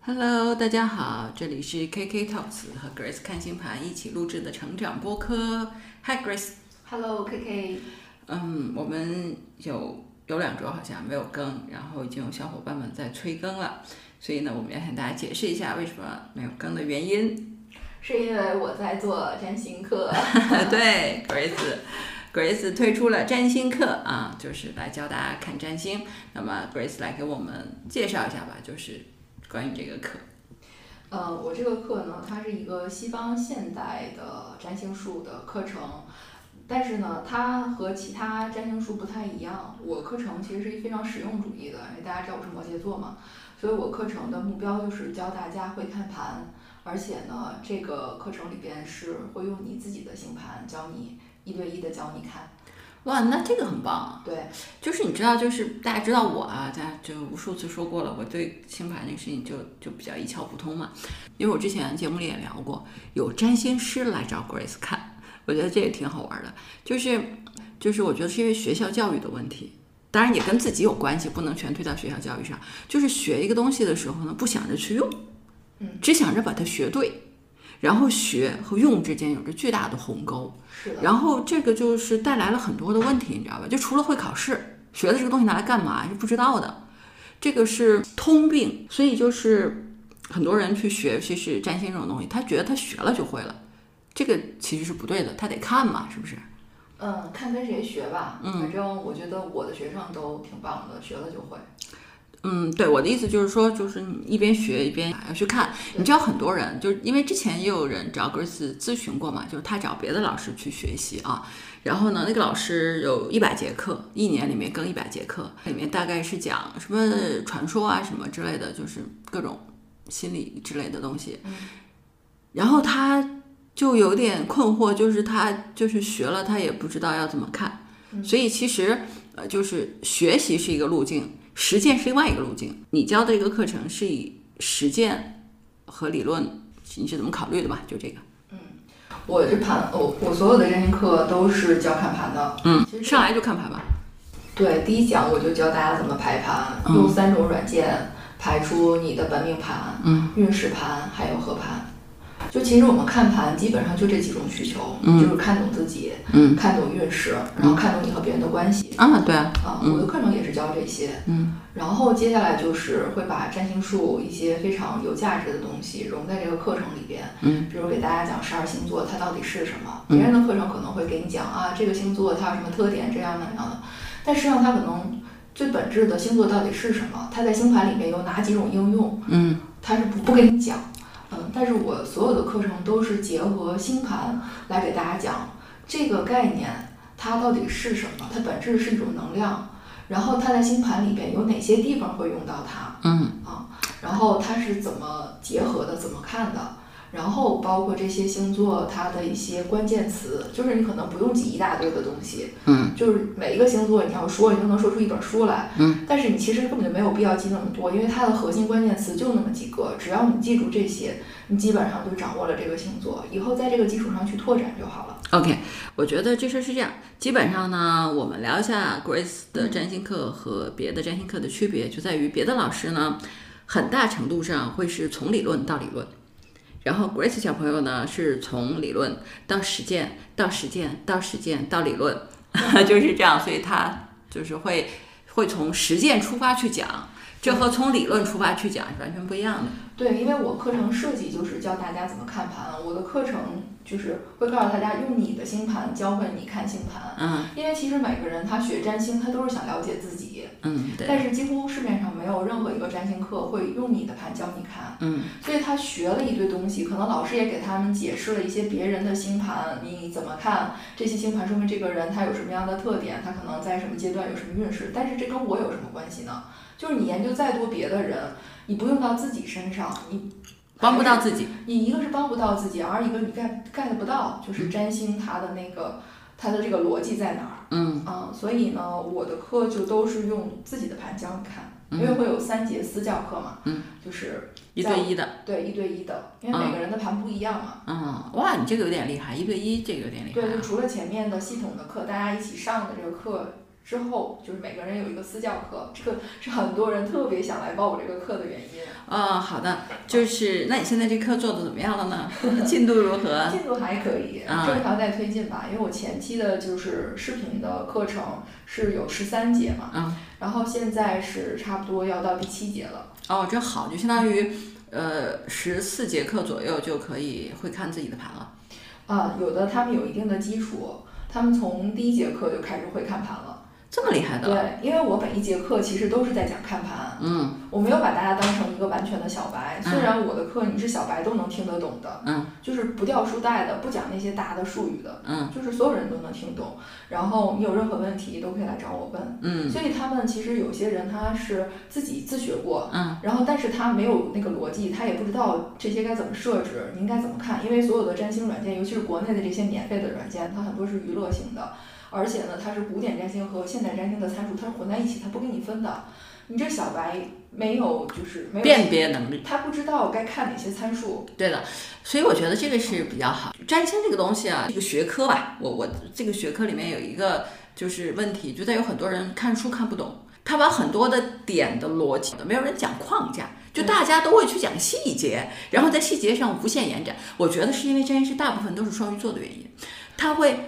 Hello，大家好，这里是 KK Talks 和 Grace 看星盘一起录制的成长播客。Hi Grace， Hello K K，嗯，我们有有两周好像没有更，然后已经有小伙伴们在催更了，所以呢，我们要向大家解释一下为什么没有更的原因。 是因为我在做占星课，对，Grace。Grace 推出了占星课啊，就是来教大家看占星。那么 Grace 来给我们介绍一下吧，就是关于这个课。呃，我这个课呢，它是一个西方现代的占星术的课程，但是呢，它和其他占星术不太一样。我课程其实是非常实用主义的，因为大家知道我是摩羯座嘛，所以我课程的目标就是教大家会看盘，而且呢，这个课程里边是会用你自己的星盘教你一对一的教你看，哇，那这个很棒啊！对，就是你知道，就是大家知道我啊，大家就无数次说过了，我对星盘这个事情就就比较一窍不通嘛。因为我之前节目里也聊过，有占星师来找 Grace 看，我觉得这也挺好玩的。就是就是，我觉得是因为学校教育的问题，当然也跟自己有关系，不能全推到学校教育上。就是学一个东西的时候呢，不想着去用，嗯只想着把它学对，然后学和用之间有着巨大的鸿沟。是的，然后这个就是带来了很多的问题，你知道吧？就除了会考试，学的这个东西拿来干嘛是不知道的，这个是通病。所以就是很多人去学，尤其是占星这种东西，他觉得他学了就会了，这个其实是不对的，他得看嘛，是不是？嗯，看跟谁学吧，嗯反正我觉得我的学生都挺棒的，学了就会。嗯，对，我的意思就是说，就是你一边学一边要去看。你知道很多人，就是因为之前也有人找 Grace 咨询过嘛，就是他找别的老师去学习啊。然后呢，那个老师有一百节课，一年里面更一百节课，里面大概是讲什么传说啊什么之类的，就是各种心理之类的东西。然后他就有点困惑，就是他就是学了，他也不知道要怎么看。所以其实呃，就是学习是一个路径，实践是另外一个路径。你教的这个课程是以实践和理论，你是怎么考虑的吧？就这个，我这盘，我我所有的占星课都是教看盘的。嗯其，实上来就看盘吧。对，第一讲我就教大家怎么排盘，嗯用三种软件排出你的本命盘、嗯运势盘还有合盘。就其实我们看盘基本上就这几种需求，嗯就是看懂自己，嗯看懂运势，然后看懂你和别人的关系。啊，对啊，啊，嗯我的课程也是教这些。嗯，然后接下来就是会把占星术一些非常有价值的东西融在这个课程里边。嗯，比如给大家讲十二星座它到底是什么，别人的课程可能会给你讲啊，这个星座它有什么特点，这样那样的，但实际上它可能最本质的星座到底是什么，它在星盘里面有哪几种应用，嗯他是不不跟你讲，嗯，但是我所有的课程都是结合星盘来给大家讲这个概念，它到底是什么，它本质是一种能量，然后它在星盘里边有哪些地方会用到它，嗯然后它是怎么结合的，怎么看的。然后包括这些星座，它的一些关键词，就是你可能不用记一大堆的东西，嗯，就是每一个星座你要说，你都能说出一本书来，嗯，但是你其实根本就没有必要记那么多，因为它的核心关键词就那么几个，只要你记住这些，你基本上就掌握了这个星座，以后在这个基础上去拓展就好了。 ，OK，我觉得这事儿是这样。基本上呢，我们聊一下 Grace 的占星课和别的占星课的区别，就在于别的老师呢，很大程度上会是从理论到理论。然后 Grace 小朋友呢，是从理论到实践，到实践，到实践，到理论， 就是这样。所以他就是会会从实践出发去讲，这和从理论出发去讲是完全不一样的。对，因为我课程设计就是教大家怎么看盘，我的课程就是会告诉大家用你的星盘教会你看星盘，嗯因为其实每个人他学占星，他都是想了解自己，嗯，对，但是几乎市面上没有任何一个占星课会用你的盘教你看，嗯，所以他学了一堆东西，可能老师也给他们解释了一些别人的星盘，你怎么看这些星盘，说明这个人他有什么样的特点，他可能在什么阶段有什么运势，但是这跟我有什么关系呢？就是你研究再多别的人，你不用到自己身上，你帮不还是到自己。你一个是帮不到自己，而一个你 get get 不到，就是占星它的那个它的这个逻辑在哪儿嗯啊、所以呢，我的课就都是用自己的盘教你看，因为会有三节私教课嘛，嗯，就是一对一的。对一对一的，因为每个人的盘不一样嘛。嗯，哇，你这个有点厉害，一对一这个有点厉害对，就啊。除了前面的系统的课，大家一起上的这个课之后就是每个人有一个私教课，这个是很多人特别想来报我这个课的原因。啊、好的，就是那你现在这课做的怎么样了呢？ 进度如何？进度还可以，啊这个还要再推进吧，因为我前期的就是视频的课程是有十三节嘛，嗯然后现在是差不多要到第七节了。哦，这好，就相当于呃十四节课左右就可以会看自己的盘了。啊，有的他们有一定的基础，他们从第一节课就开始会看盘了。这么厉害的，啊对，因为我每一节课其实都是在讲看盘，嗯我没有把大家当成一个完全的小白。虽嗯然我的课你是小白都能听得懂的，嗯，就是不掉书袋的，不讲那些大的术语的，嗯就是所有人都能听懂。然后你有任何问题都可以来找我问。嗯所以他们其实有些人他是自己自学过，嗯然后，但是他没有那个逻辑，他也不知道这些该怎么设置，你应该怎么看。因为所有的占星软件，尤其是国内的这些免费的软件，它很多是娱乐型的，而且呢，它是古典占星和现代占星的参数，它是混在一起，它不给你分的。你这小白没有，就是没有辨别能力，他不知道该看哪些参数。对的，所以我觉得这个是比较好。占星这个东西啊，这个学科吧，我我这个学科里面有一个就是问题，就在有很多人看书看不懂，他把很多的点的逻辑，没有人讲框架，就大家都会去讲细节，然后在细节上无限延展。我觉得是因为占星师大部分都是双鱼座的原因，他会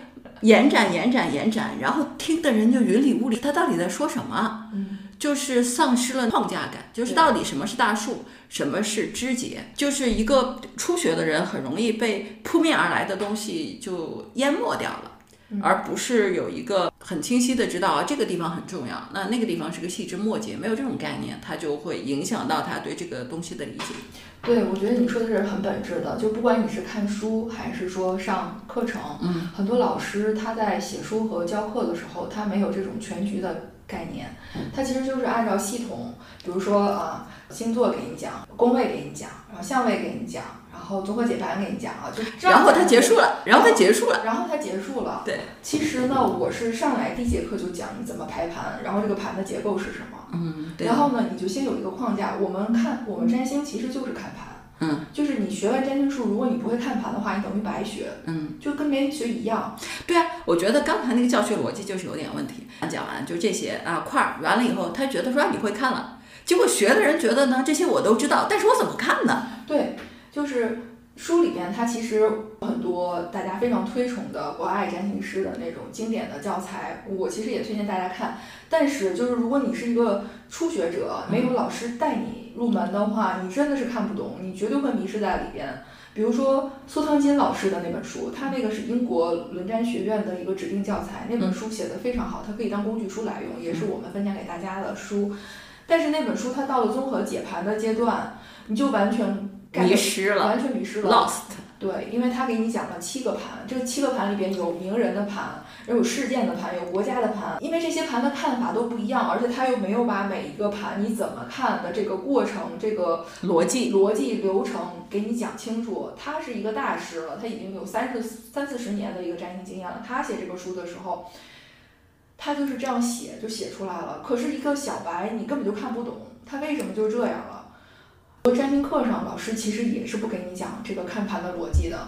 延展延展延展，然后听的人就云里雾里，他到底在说什么？嗯，就是丧失了框架感，就是对到底什么是大树，什么是枝节，就是一个初学的人很容易被扑面而来的东西就淹没掉了嗯。而不是有一个很清晰的知道啊，这个地方很重要，那那个地方是个细枝末节，没有这种概念，它就会影响到他对这个东西的理解。对，我觉得你说的是很本质的，就不管你是看书还是说上课程，嗯，很多老师他在写书和教课的时候，他没有这种全局的概念，嗯他其实就是按照系统，比如说啊，星座给你讲，宫位给你讲，然后相位给你讲，然后综合解盘给你讲啊，就这样然后它讲结束了，然后它结束了，然后它结束了。对，其实呢，我是上来第一节课就讲你怎么排盘，然后这个盘的结构是什么。嗯，对然，后呢，你就先有一个框架。我们看，我们占星其实就是看盘，嗯，就是你学完占星术，如果你不会看盘的话，你等于白学，嗯。就跟别人学一样。对啊，我觉得刚才那个教学逻辑就是有点问题。讲完就这些啊，块儿完了以后，他觉得说啊你会看了，结果学的人觉得呢这些我都知道，但是我怎么看呢？对，就是书里边它其实很多大家非常推崇的国外占星师的那种经典的教材，我其实也推荐大家看。但是就是如果你是一个初学者，没嗯有老师带你入门的话，你真的是看不懂，你绝对会迷失在里边。比如说苏汤金老师的那本书，他那个是英国伦占学院的一个指定教材，那嗯本书写的非常好，它可以当工具书来用，也是我们分享给大家的书。但是那本书它到了综合解盘的阶段，你就完全 get 迷失了完全迷失了。 ，lost。对，因为他给你讲了七个盘，这七个盘里边有名人的盘，有事件的盘，有国家的盘。因为这些盘的看法都不一样，而且他又没有把每一个盘你怎么看的这个过程、这个逻辑逻辑流程给你讲清楚。他是一个大师了，他已经有三十三四十年的一个占星经验了。他写这个书的时候，他就是这样写就写出来了。可是，一个小白你根本就看不懂他为什么就这样了。我占星课上，老师其实也是不给你讲这个看盘的逻辑的。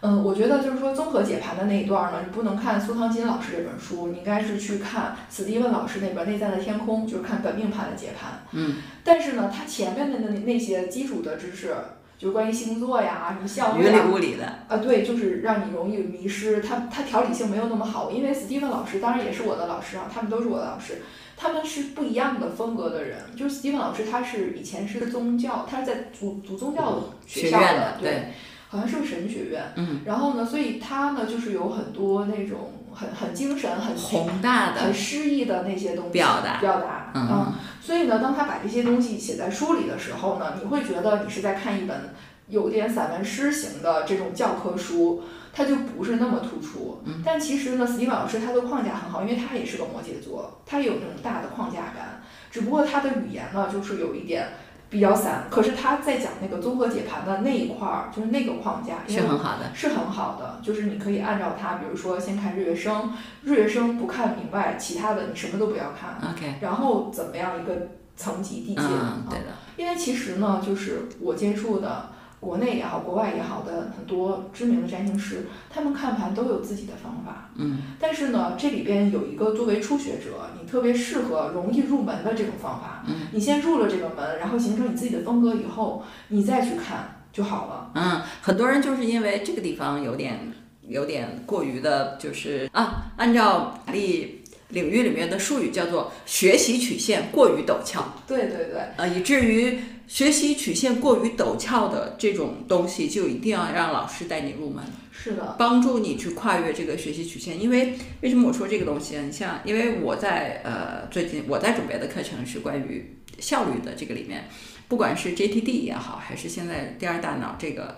嗯，我觉得就是说，综合解盘的那一段呢，你不能看苏汤金老师这本书，你应该是去看史蒂文老师那本《内在的天空》，就是看本命盘的解盘。嗯。但是呢，他前面的那那些基础的知识，就是关于星座呀、什么相云位里啊，雾里的，啊，对，就是让你容易迷失。他他条理性没有那么好，因为 Steven 老师当然也是我的老师啊，他们都是我的老师，他们是不一样的风格的人。就是 Steven 老师，他是以前是宗教，他是在主主宗教学校院的的，对对，好像是个神学院。嗯。然后呢，所以他呢，就是有很多那种很很精神、很宏大很的诗意的那些东西表达表达，嗯所以呢，当他把这些东西写在书里的时候呢，你会觉得你是在看一本有点散文诗型的这种教科书，它就不是那么突出。嗯但其实呢，斯蒂文老师他的框架很好，因为他也是个摩羯座，他也有那种大的框架感，只不过他的语言呢，就是有一点。比较散，可是他在讲那个综合解盘的那一块儿，就是那个框架，因是为很好的。是很好的，就是你可以按照它，比如说先看日月升，日月升不看明白，其他的你什么都不要看， OK，然后怎么样一个层级递进、嗯，啊对的，因为其实呢，就是我接触的国内也好，国外也好的很多知名的占星师，他们看盘都有自己的方法。嗯但是呢，这里边有一个作为初学者，你特别适合、容易入门的这种方法。嗯你先入了这个门，然后形成你自己的风格以后，你再去看就好了。嗯，很多人就是因为这个地方有点有点过于的，就是啊，按照法律领域里面的术语叫做学习曲线过于陡峭，对对对，呃，以至于学习曲线过于陡峭的这种东西，就一定要让老师带你入门。是的，帮助你去跨越这个学习曲线。因为为什么我说这个东西啊？你像，因为我在呃最近我在准备的课程是关于效率的这个里面，不管是 JTD 也好，还是现在第二大脑这个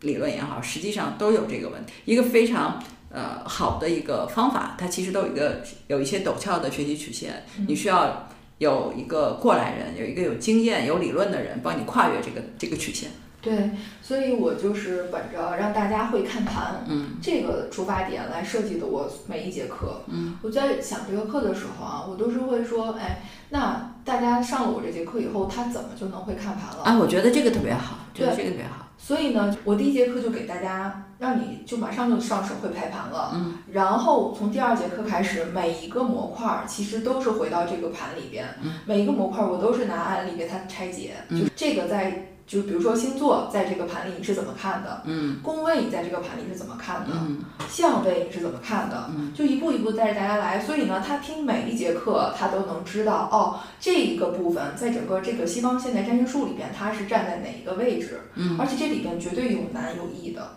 理论也好，实际上都有这个问题。一个非常呃好的一个方法，它其实都有一个有一些陡峭的学习曲线，你需要。有一个过来人，有一个有经验、有理论的人帮你跨越这个这个曲线。对，所以我就是本着让大家会看盘嗯这个出发点来设计的我每一节课。嗯，我在想这个课的时候啊，我都是会说，哎，那大家上了我这节课以后，他怎么就能会看盘了？啊，我觉得这个特别好，觉得这个特别好。所以呢，我第一节课就给大家，让你就马上就上手会排盘了。嗯，然后从第二节课开始，每一个模块儿其实都是回到这个盘里边，嗯每一个模块儿我都是拿案例给它拆解，嗯就是这个在就比如说星座在这个盘里你是怎么看的，嗯宫位你在这个盘里是怎么看的，嗯。相位你是怎么看的，嗯就一步一步带着大家来。所以呢，他听每一节课，他都能知道哦，这一个部分在整个这个西方现代占星术里边，它是站在哪一个位置。嗯而且这里边绝对有难有易的。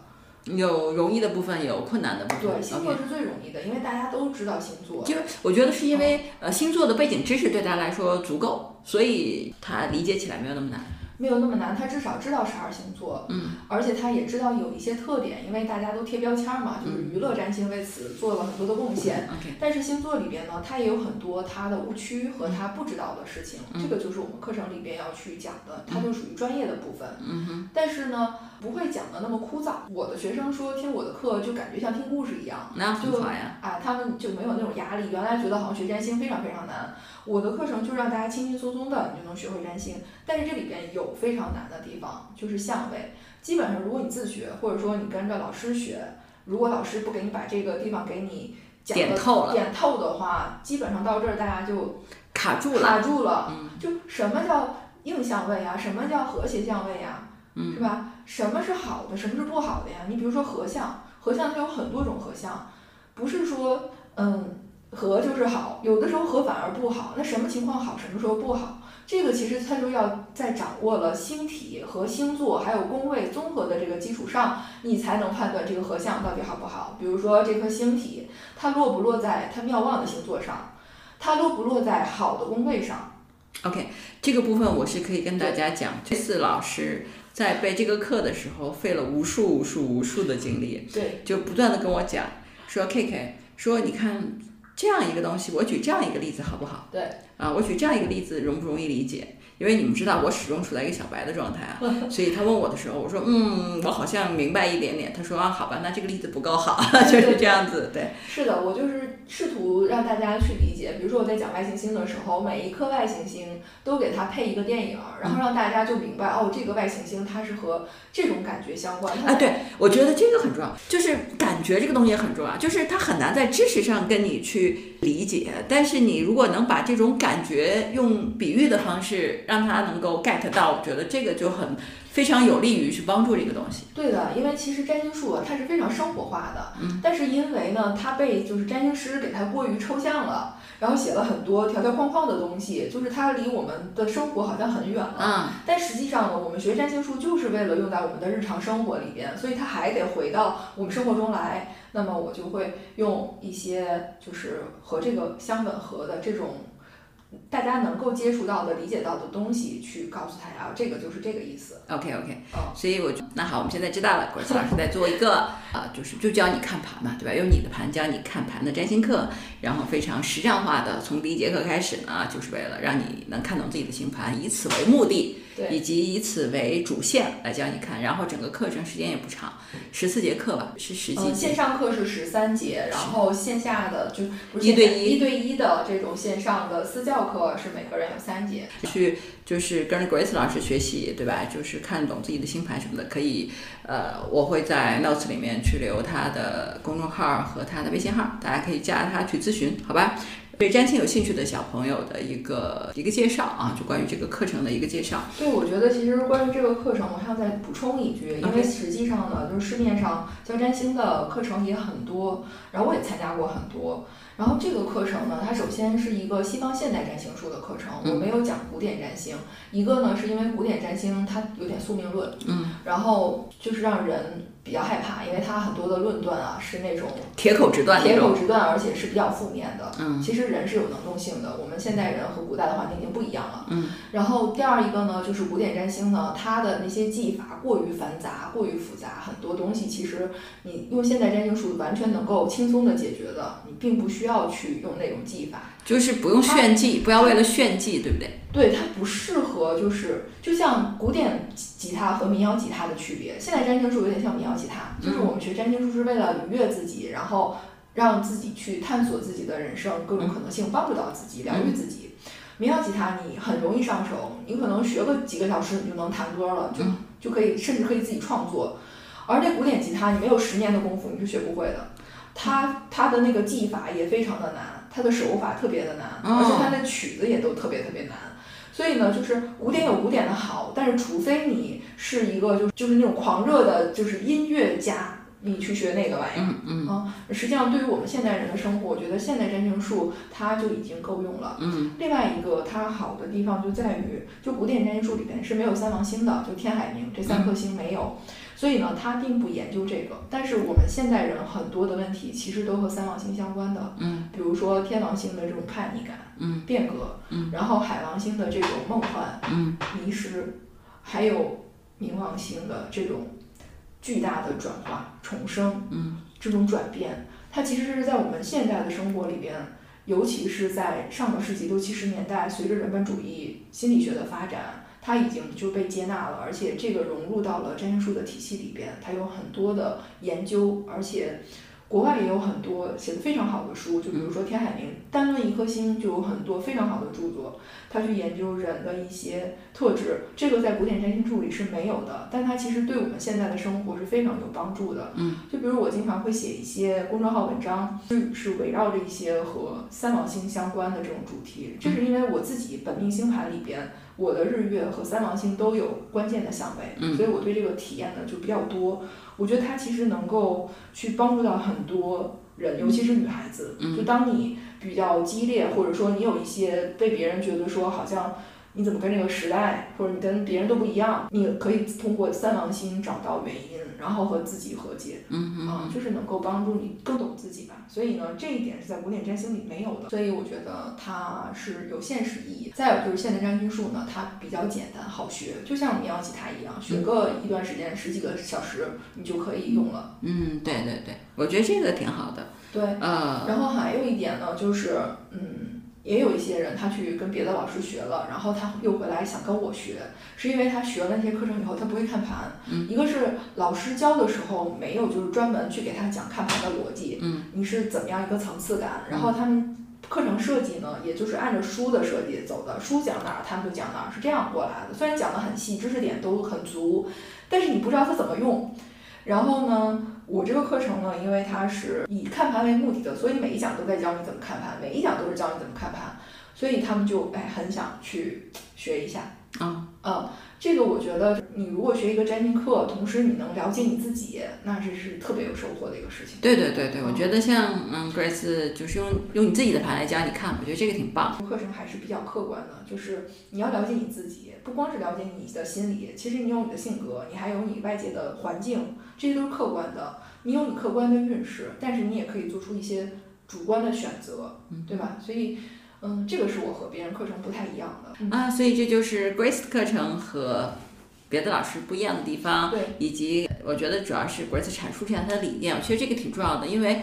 有容易的部分，有困难的部分。对，星座 OK 是最容易的，因为大家都知道星座。嗯就是我觉得是因为呃星座的背景知识对大家来说足够，所以他理解起来没有那么难。没有那么难，他至少知道十二星座，嗯，而且他也知道有一些特点，因为大家都贴标签儿嘛，就是嗯娱乐占星为此做了很多的贡献。 OK，但是星座里边呢，它也有很多它的误区和他不知道的事情，嗯这个就是我们课程里边要去讲的，它就属于专业的部分。嗯哼，但是呢，不会讲的那么枯燥。我的学生说听我的课就感觉像听故事一样，那很好呀。啊，他们就没有那种压力。原来觉得好像学占星非常非常难，我的课程就让大家轻轻松松的你就能学会占星。但是这里边有非常难的地方，就是相位。基本上如果你自学，或者说你跟着老师学，如果老师不给你把这个地方给你讲点的透了点透的话，基本上到这儿大家就卡住了。卡住了。嗯就什么叫硬相位啊？什么叫和谐相位啊？是嗯吧？什么是好的，什么是不好的呀？你比如说合相，合相它有很多种合相，不是说嗯合就是好，有的时候合反而不好。那什么情况好，什么时候不好？这个其实它就要在掌握了星体和星座还有宫位综合的这个基础上，你才能判断这个合相到底好不好。比如说这颗星体，它落不落在它妙望的星座上，它落不落在好的宫位上。 ，OK，这个部分我是可以跟大家讲。这次老师在备这个课的时候，费了无数无数无数的精力，对，就不断的跟我讲说，K K 说你看这样一个东西，我举这样一个例子好不好？对，啊，我举这样一个例子容不容易理解？因为你们知道我始终处在一个小白的状态啊，所以他问我的时候，我说嗯，我好像明白一点点。他说啊，好吧，那这个例子不够好，就是这样子，对，是的，我就是试图让大家去理解。比如说我在讲外行星的时候，每一颗外行星都给它配一个电影儿，然嗯后让大家就明白哦，这个外行星它是和这种感觉相关。它啊，对，我觉得这个很重要，就是感觉这个东西很重要，就是它很难在知识上跟你去理解，但是你如果能把这种感觉用比喻的方式让它能够 get 到，我觉得这个就很非常有利于去帮助这个东西。对的，因为其实占星术啊，它是非常生活化的，嗯但是因为呢，它被就是占星师给它过于抽象了，然后写了很多条条框框的东西，就是它离我们的生活好像很远了。嗯，但实际上呢，我们学占星术就是为了用在我们的日常生活里边，所以它还得回到我们生活中来。那么我就会用一些就是和这个相吻合的这种大家能够接触到的、理解到的东西去告诉大家，这个就是这个意思。 OK OK，、哦所以我就那好，我们现在知道了，果子老师在做一个啊，就是就教你看盘嘛，对吧？用你的盘教你看盘的占星课，然后非常实战化的，从第一节课开始呢，就是为了让你能看懂自己的星盘，以此为目的，对以及以此为主线来教你看。然后整个课程时间也不长，十四节课吧，是十几嗯，线节。上课是十三节，然后线下的就不是一线下对一一对一的这种线上的私教课是每个人有三节，去就是跟着 Grace 老师学习，对吧？就是看懂自己的星盘什么的，可以。呃，我会在 Notes 里面去留他的公众号和他的微信号，大家可以加他去咨询，好吧？对占星有兴趣的小朋友的一个一个介绍啊，就关于这个课程的一个介绍。对，我觉得其实关于这个课程，我还想再补充一句，因 OK 为实际上呢，就是市面上教占星的课程也很多，然后我也参加过很多。然后这个课程呢，它首先是一个西方现代占星术的课程，嗯我没有讲古典占星。一个呢，是因为古典占星它有点宿命论，嗯，然后就是让人比较害怕，因为它很多的论断啊是那种铁口直断那铁口种，直断，而且是比较负面的。嗯其实人是有能动性的，我们现代人和古代的环境已经不一样了。嗯，然后第二一个呢，就是古典占星呢，它的那些技法过于繁杂、过于复杂，很多东西其实你用现代占星术完全能够轻松的解决的，你并不需要去用那种技法。就是不用炫哦技，不要为了炫技，对不对？对，它不适合，就是就像古典吉他和民谣吉他的区别。现在占星术有点像民谣吉他，就是我们学占星术是为了愉悦自己，然后让自己去探索自己的人生各种可能性，帮助到自己，疗愈自己。民谣吉他你很容易上手，你可能学个几个小时你就能弹歌了，就嗯就可以甚至可以自己创作。而这古典吉他，你没有十年的功夫你是学不会的。它它的那个技法也非常的难，它的手法特别的难，而且它的曲子也都特别特别难。所以呢，就是古典有古典的好，但是除非你是一个就是就是那种狂热的，就是音乐家，你去学那个玩意儿。嗯嗯实际上，对于我们现代人的生活，我觉得现代占星术它就已经够用了。嗯，另外一个它好的地方就在于，就古典占星术里边是没有三王星的，就天海冥这三颗星没有。所以呢，它并不研究这个，但是我们现代人很多的问题其实都和三王星相关的，嗯，比如说天王星的这种叛逆感，嗯，变革，嗯，然后海王星的这种梦幻，嗯迷失，还有冥王星的这种巨大的转化、重生，嗯，这种转变，它其实是在我们现代的生活里边，尤其是在上个世纪六七十年代，随着人本主义心理学的发展，它已经就被接纳了，而且这个融入到了占星术的体系里边，它有很多的研究，而且。国外也有很多写的非常好的书，就比如说天海明，单论一颗星就有很多非常好的著作，他去研究人的一些特质，这个在古典占星术里是没有的，但它其实对我们现在的生活是非常有帮助的。嗯，就比如我经常会写一些公众号文章，是是围绕着一些和三王星相关的这种主题。这是因为我自己本命星盘里边，我的日月和三王星都有关键的相位，嗯所以我对这个体验呢就比较多。我觉得它其实能够去帮助到很多人，尤其是女孩子。嗯就当你比较激烈，或者说你有一些被别人觉得说好像。你怎么跟这个时代，或者你跟别人都不一样？你可以通过三王星找到原因，然后和自己和解，嗯嗯啊，就是能够帮助你更懂自己吧。所以呢，这一点是在古典占星里没有的，所以我觉得它是有现实意义。再有就是现代占星术呢，它比较简单好学，就像民谣吉他一样，嗯学个一段时间十几个小时，你就可以用了。嗯，对对对，我觉得这个挺好的。对，呃，然后还有一点呢，就是嗯，也有一些人他去跟别的老师学了，然后他又回来想跟我学，是因为他学了那些课程以后，他不会看盘。嗯一个是老师教的时候没有就是专门去给他讲看盘的逻辑，嗯，你是怎么样一个层次感，然后他们。课程设计呢，也就是按照书的设计走的，书讲哪儿他们就讲哪儿，是这样过来的。虽然讲的很细，知识点都很足，但是你不知道它怎么用。然后呢，我这个课程呢，因为它是以看盘为目的的，所以每一讲都在教你怎么看盘，每一讲都是教你怎么看盘，所以他们就哎很想去学一下。啊、嗯，这个我觉得你如果学一个占星课，同时你能了解你自己，那这是特别有收获的一个事情。对对对对，我觉得像嗯 Grace 就是用用你自己的盘来教你看，我觉得这个挺棒。课程还是比较客观的，就是你要了解你自己，不光是了解你的心理，其实你有你的性格，你还有你外界的环境，这些都是客观的。你有你客观的运势，但是你也可以做出一些主观的选择，对吧？所以，嗯，这个是我和别人课程不太一样的。啊，所以这就是 Grace 的课程和别的老师不一样的地方，对，以及我觉得主要是 Grace 阐述一下他的理念，我觉得这个挺重要的，因为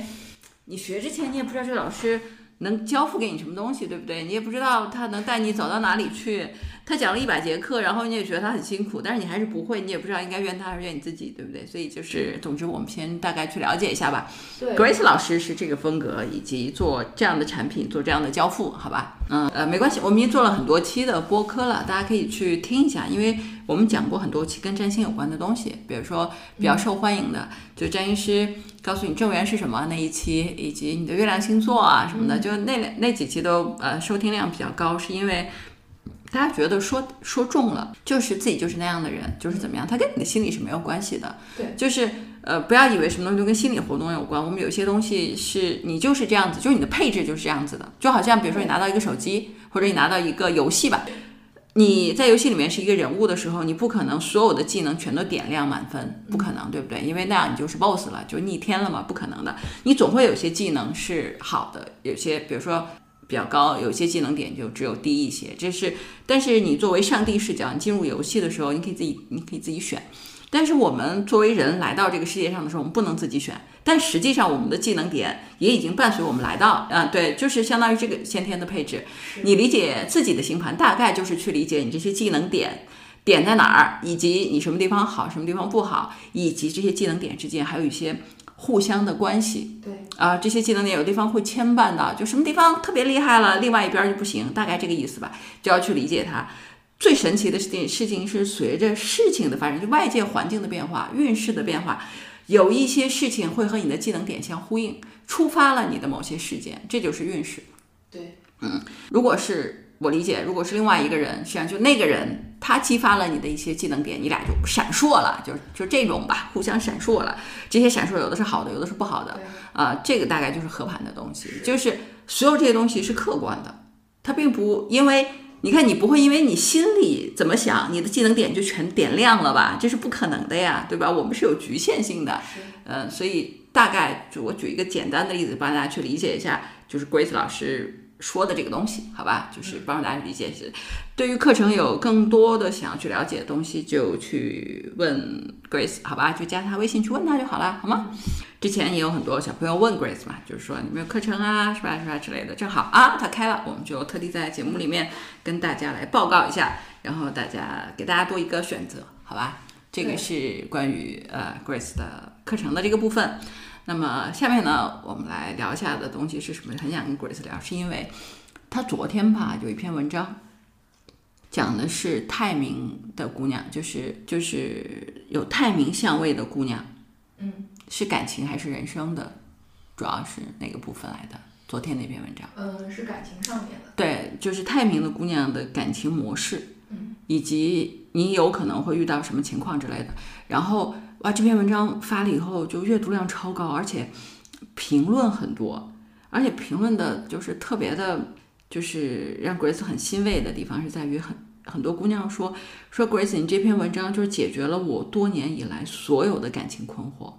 你学之前你也不知道这个老师能交付给你什么东西，对不对？你也不知道他能带你走到哪里去，他讲了一百节课，然后你也觉得他很辛苦，但是你还是不会，你也不知道应该怨他还是怨你自己，对不对？所以就是，总之我们先大概去了解一下吧。对 Grace 老师是这个风格，以及做这样的产品，做这样的交付，好吧？嗯呃，没关系，我们已经做了很多期的播客了，大家可以去听一下，因为我们讲过很多期跟占星有关的东西，比如说比嗯较受欢迎的，就占星师告诉你正缘是什么那一期，以及你的月亮星座啊什么嗯的，就那那几期都呃收听量比较高，是因为。大家觉得说说中了，就是自己就是那样的人，就是怎么样，他跟你的心理是没有关系的。对，就是呃，不要以为什么东西都跟心理活动有关。我们有些东西是你就是这样子，就是你的配置就是这样子的。就好像比如说你拿到一个手机，或者你拿到一个游戏吧，你在游戏里面是一个人物的时候，你不可能所有的技能全都点亮满分，不可能，对不对？因为那样你就是 BOSS 了，就逆天了嘛，不可能的。你总会有些技能是好的，有些比如说。比较高，有些技能点就只有低一些，这是。但是你作为上帝视角，你进入游戏的时候，你可以自己，你可以自己选。但是我们作为人来到这个世界上的时候，我们不能自己选，但实际上我们的技能点也已经伴随我们来到啊、对，就是相当于这个先天的配置。你理解自己的星盘，大概就是去理解你这些技能点点在哪儿，以及你什么地方好，什么地方不好，以及这些技能点之间还有一些互相的关系。对，啊，这些技能点有地方会牵绊的，就什么地方特别厉害了，另外一边儿就不行，大概这个意思吧，就要去理解它。最神奇的事情，事情是随着事情的发展，就外界环境的变化、运势的变化，有一些事情会和你的技能点相呼应，触发了你的某些事件，这就是运势。嗯对，如果是我理解，如果是另外一个人，实际上就那个人他激发了你的一些技能点，你俩就闪烁了，就就这种吧，互相闪烁了。这些闪烁有的是好的，有的是不好的。对，啊、这个大概就是合盘的东西，就是所有这些东西是客观的，它并不因为你看你不会因为你心里怎么想，你的技能点就全点亮了吧？这是不可能的呀，对吧？我们是有局限性的，嗯、所以大概就我举一个简单的例子，帮大家去理解一下，就是 Grace 老师。说的这个东西，好吧，就是帮大家理解是。对于课程有更多的想要去了解的东西，就去问 Grace，好吧，就加她微信去问她就好了，好吗？之前也有很多小朋友问 Grace 嘛，就是说你有没有课程啊，是吧，是吧之类的。正好啊，他开了，我们就特地在节目里面跟大家来报告一下，然后大家给大家多一个选择，好吧？这个对是关于呃 Grace 的课程的这个部分。那么下面呢，我们来聊一下的东西是什么？很想跟 Grace 聊，是因为他昨天吧有一篇文章，讲的是泰明的姑娘，就是就是有泰明相位的姑娘。嗯是感情还是人生的，主要是那个部分来的。昨天那篇文章，嗯，是感情上面的，对，就是泰明的姑娘的感情模式，嗯，以及你有可能会遇到什么情况之类的。然后哇，这篇文章发了以后，就阅读量超高，而且评论很多，而且评论的就是特别的，就是让 Grace 很欣慰的地方是在于很。很多姑娘说说 Grace，你这篇文章就是解决了我多年以来所有的感情困惑，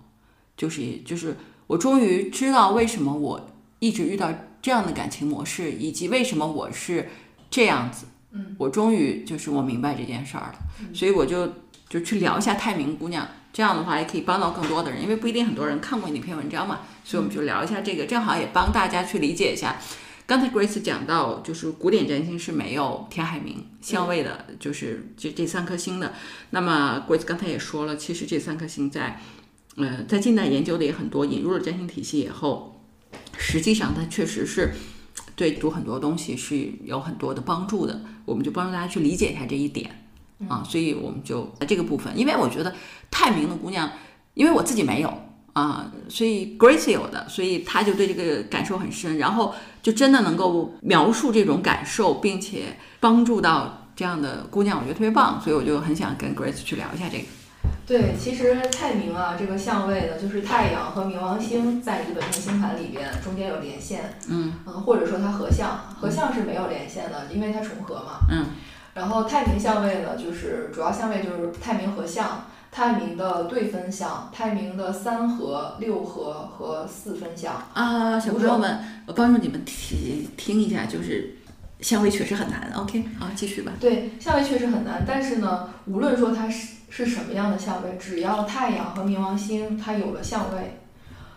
就是就是我终于知道为什么我一直遇到这样的感情模式，以及为什么我是这样子。嗯，我终于就是我明白这件事儿了，嗯所以我就就去聊一下泰明姑娘。这样的话也可以帮到更多的人，因为不一定很多人看过你那篇文章嘛，所以我们就聊一下这个，正好也帮大家去理解一下。刚才 Grace 讲到，就是古典占星是没有天海明相位的，就是这这三颗星的。那么 Grace 刚才也说了，其实这三颗星在，呃，在近代研究的也很多，引入了占星体系以后，实际上它确实是对读很多东西是有很多的帮助的。我们就帮助大家去理解一下这一点啊，所以我们就在这个部分，因为我觉得泰明的姑娘，因为我自己没有啊，所以 Grace 有的，所以她就对这个感受很深，然后就真的能够描述这种感受，并且帮助到这样的姑娘，我觉得特别棒，所以我就很想跟 Grace 去聊一下这个。对，其实太明啊，这个相位呢，就是太阳和冥王星在你的本命星盘里边中间有连线，嗯呃或者说它合相，合相是没有连线的，因为它重合嘛。嗯。然后太明相位呢，就是主要相位就是太明合相、太明的对分相、太明的三合、六合和四分相。啊，小小朋朋友友们，我帮助你们听听一下，就是相位确实很难。OK，好，继续吧。对，相位确实很难，但是呢，无论说它是是什么样的相位，只要太阳和冥王星它有了相位，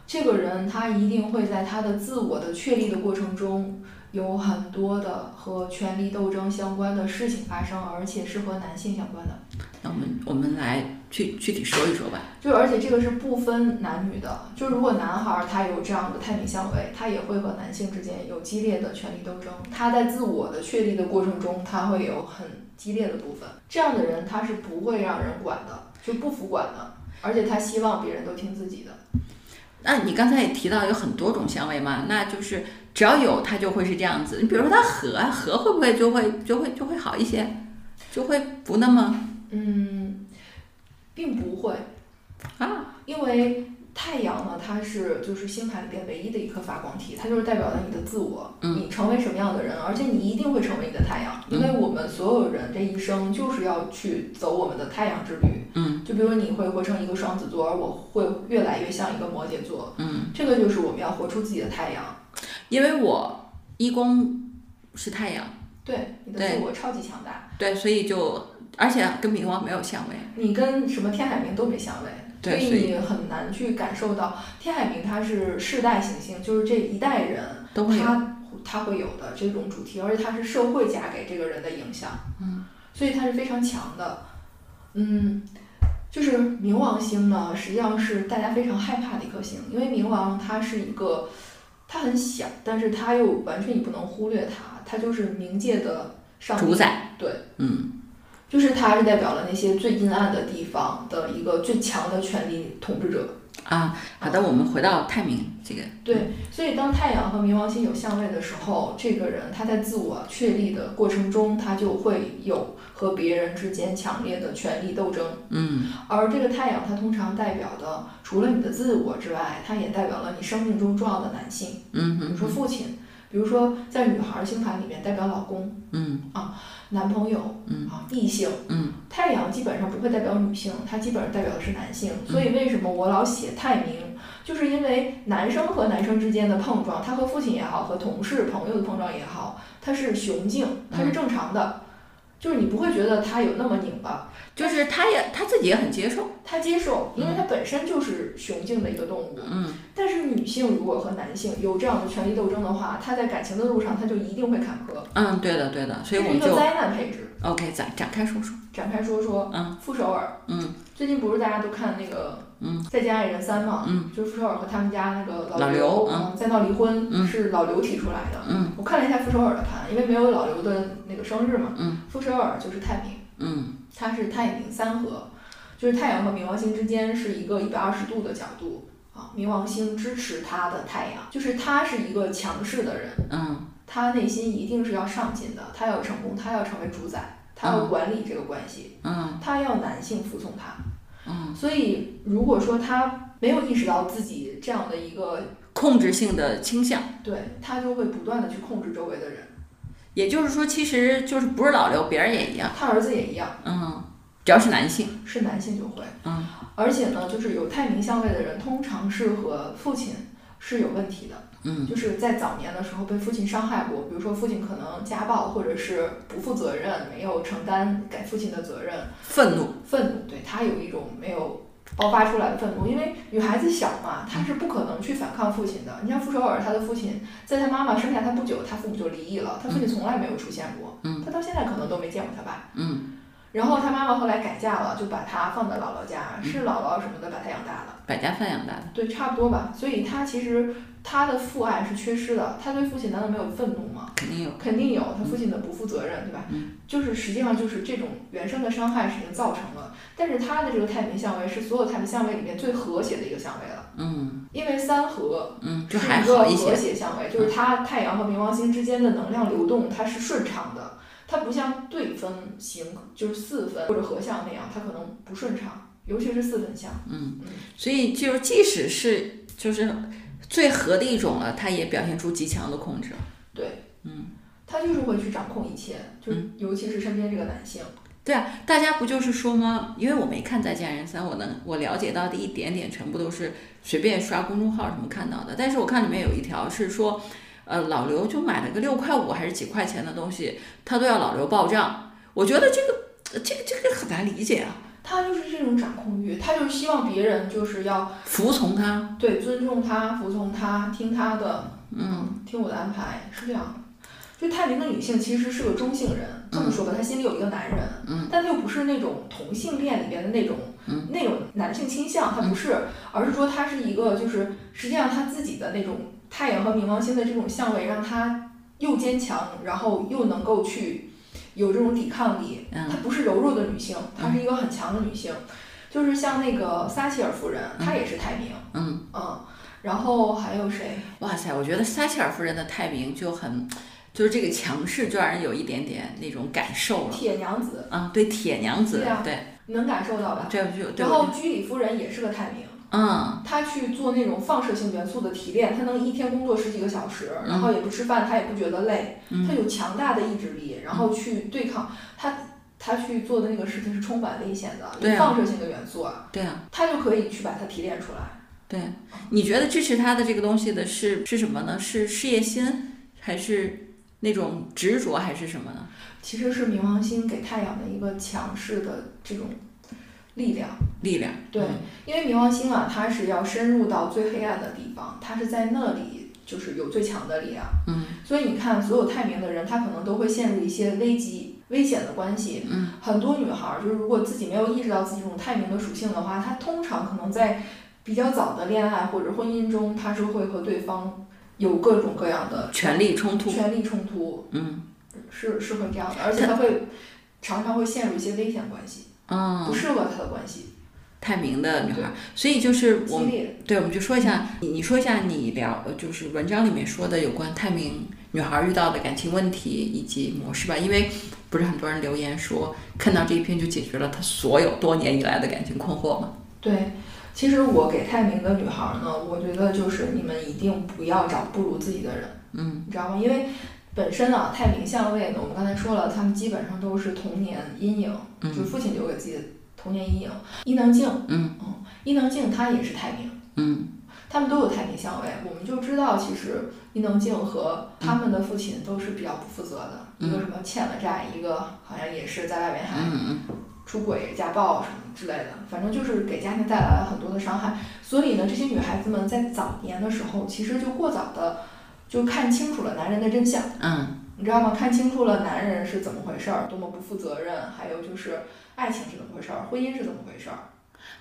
这个人他一定会在他的自我的确立的过程中，有很多的和权力斗争相关的事情发生，而且是和男性相关的。那我们我们来具具体说一说吧。就而且这个是不分男女的，就如果男孩儿他有这样的太平相位，他也会和男性之间有激烈的权力斗争。他在自我的确立的过程中，他会有很激烈的部分。这样的人他是不会让人管的，就不服管的，而且他希望别人都听自己的。那你刚才也提到有很多种相位嘛，那就是只要有它就会是这样子。你比如说它和啊和会不会就会就会就会好一些，就会不那么嗯，并不会，啊？因为太阳呢，它是就是星盘里边唯一的一颗发光体，它就是代表了你的自我，嗯你成为什么样的人，而且你一定会成为你的太阳，嗯因为我们所有人这一生就是要去走我们的太阳之旅。嗯就比如你会活成一个双子座，而我会越来越像一个摩羯座，嗯，这个就是我们要活出自己的太阳。因为我一宫是太阳，对，你的对自我超级强大，对，所以就而且跟冥王没有相位，你跟什么天海明都没相位。所对，以所以你很难去感受到天海明它是世代行星，就是这一代人都会有他他会有的这种主题，而且它是社会加给这个人的影响，嗯，所以它是非常强的，嗯，就是冥王星呢，实际上是大家非常害怕的一颗星，因为冥王它是一个，它很小，但是它又完全你不能忽略它，它就是冥界的上帝主宰，对，嗯就是它是代表了那些最阴暗的地方的一个最强的权力统治者，啊，好的，我们回到泰明这个，对，所以当太阳和冥王星有相位的时候，这个人他在自我确立的过程中，他就会有和别人之间强烈的权力斗争。嗯而这个太阳，它通常代表的除了你的自我之外，它也代表了你生命中重要的男性，嗯比如嗯说父亲，比如说在女孩星盘里面代表老公、嗯男朋友嗯啊异性。嗯，太阳基本上不会代表女性，它基本上代表的是男性。所嗯以为什么我老写太明，就是因为男生和男生之间的碰撞，他和父亲也好，和同事、朋友的碰撞也好，它是雄性，它嗯是正常的，就是你不会觉得他有那么拧巴，就是他也他自己也很接受，他接受，因为它本身就是雄性的一个动物。嗯但是女性如果和男性有这样的权力斗争的话，她在感情的路上，她就一定会坎坷，嗯，对的对的，所以这我是一们个就灾难配置。 OK 展展开说说，展开说说，嗯傅首尔，嗯最近不是大家都看那个嗯《再见爱人三》嘛，嗯就是傅首尔和他们家那个老刘刘嗯再闹离婚，嗯是老刘提出来的。嗯我看了一下傅首尔的盘，因为没有老刘的那个生日嘛，嗯傅首尔就是太平，嗯它是太平三合，就是太阳和冥王星之间是一个一百二十度的角度啊，冥王星支持他的太阳，就是他是一个强势的人，嗯他内心一定是要上进的，他要成功，他要成为主宰，他要管理这个关系，嗯他要男性服从他。嗯，所以，如果说他没有意识到自己这样的一个，控制性的倾向。对他就会不断的去控制周围的人，也就是说，其实就是不是老刘，别人也一样，他儿子也一样，嗯，只要是男性，是男性就会。嗯。而且呢，就是有太明相位的人，通常是和父亲是有问题的，嗯就是在早年的时候被父亲伤害过，比如说父亲可能家暴，或者是不负责任，没有承担给父亲的责任，愤怒，愤怒，对他有一种没有爆发出来的愤怒，因为女孩子小嘛，她是不可能去反抗父亲的。你像傅首尔，她的父亲在她妈妈生下她不久，她父母就离异了，她父亲从来没有出现过，嗯她到现在可能都没见过她爸。嗯，然后她妈妈后来改嫁了，就把她放在姥姥家，是姥姥什么的把她养大了，百家饭养大的，对，差不多吧。所以她其实她的父爱是缺失的，她对父亲难道没有愤怒吗？肯定有，肯定有他父亲的不负责任，对吧？嗯就是实际上就是这种原生的伤害是已经造成了，但是他的这个太平相位是所有太平相位里面最和谐的一个相位了，嗯因为三合嗯，是就还一个好一些，和嗯谐相位，就是它太阳和冥王星之间的能量流动它是顺畅的，它不像对分型就是四分或者合相那样，它可能不顺畅，尤其是四分相。嗯，所以就是即使是就是最和的一种了，它也表现出极强的控制，对，嗯，他就是会去掌控一切，就是尤其是身边这个男性，对啊，大家不就是说吗？因为我没看《再见爱人三》，我能我了解到的一点点，全部都是随便刷公众号什么看到的，但是我看里面有一条是说。呃，老刘就买了个六块五还是几块钱的东西，他都要老刘报账。我觉得这个这个这个很难理解啊，他就是这种掌控欲，他就是希望别人就是要服从他。嗯嗯对，尊重他，服从他，听他的，嗯，听我的安排，是这样。就泰林的女性其实是个中性人，这么说吧，她心里有一个男人，嗯但她又不是那种同性恋里边的那种、嗯那种男性倾向，她不是，而是说她是一个就是实际上她自己的那种太阳和冥王星的这种相位，让她又坚强，然后又能够去有这种抵抗力，嗯她不是柔弱的女性，她是一个很强的女性，就是像那个撒切尔夫人，她也是泰明，嗯，嗯，然后还有谁？哇塞，我觉得撒切尔夫人的泰明就很，就是这个强势，就让人有一点点那种感受了。铁娘子，啊，对，铁娘子，对啊对，能感受到吧？这就对然我后就，居里夫人也是个泰明，嗯她去做那种放射性元素的提炼，她能一天工作十几个小时，嗯然后也不吃饭，她也不觉得累，她嗯有强大的意志力，然后去对抗她。她去做的那个事情是充满危险的，对啊有放射性的元素啊，对啊，她就可以去把它提炼出来。对。你觉得支持他的这个东西的是是什么呢？是事业心，还是那种执着，还是什么呢？其实是冥王星给太阳的一个强势的这种力量。力量？对嗯因为冥王星啊，它是要深入到最黑暗的地方，它是在那里就是有最强的力量。嗯，所以你看，所有泰明的人，他可能都会陷入一些危机、危险的关系。嗯，很多女孩儿就是如果自己没有意识到自己这种泰明的属性的话，她通常可能在比较早的恋爱或者婚姻中，她是会和对方有各种各样的权力冲突，权力冲突，嗯是是会这样的，而且她会常常会陷入一些危险关系，不嗯，适合她的关系，泰明的女孩，所以就是我激们烈。对，我们就说一下，你你说一下你聊呃就是文章里面说的有关泰明女孩遇到的感情问题以及模式吧，因为不是很多人留言说看到这一篇就解决了他所有多年以来的感情困惑吗？对，其实我给泰明的女孩儿呢，我觉得就是你们一定不要找不如自己的人，嗯你知道吗？因为本身啊，泰明相位呢，我们刚才说了，他们基本上都是童年阴影，嗯就是父亲留给自己的童年阴影。伊能静，嗯嗯，伊能静她也是泰明，嗯他们都有泰明相位，我们就知道其实伊能静和他们的父亲都是比较不负责的，一个嗯什么欠了债，一个好像也是在外面还嗯出轨、家暴什么之类的，反正就是给家庭带来了很多的伤害。所以呢，这些女孩子们在早年的时候，其实就过早的就看清楚了男人的真相，嗯嗯你知道吗？看清楚了男人是怎么回事儿，多么不负责任，还有就是爱情是怎么回事儿，婚姻是怎么回事儿。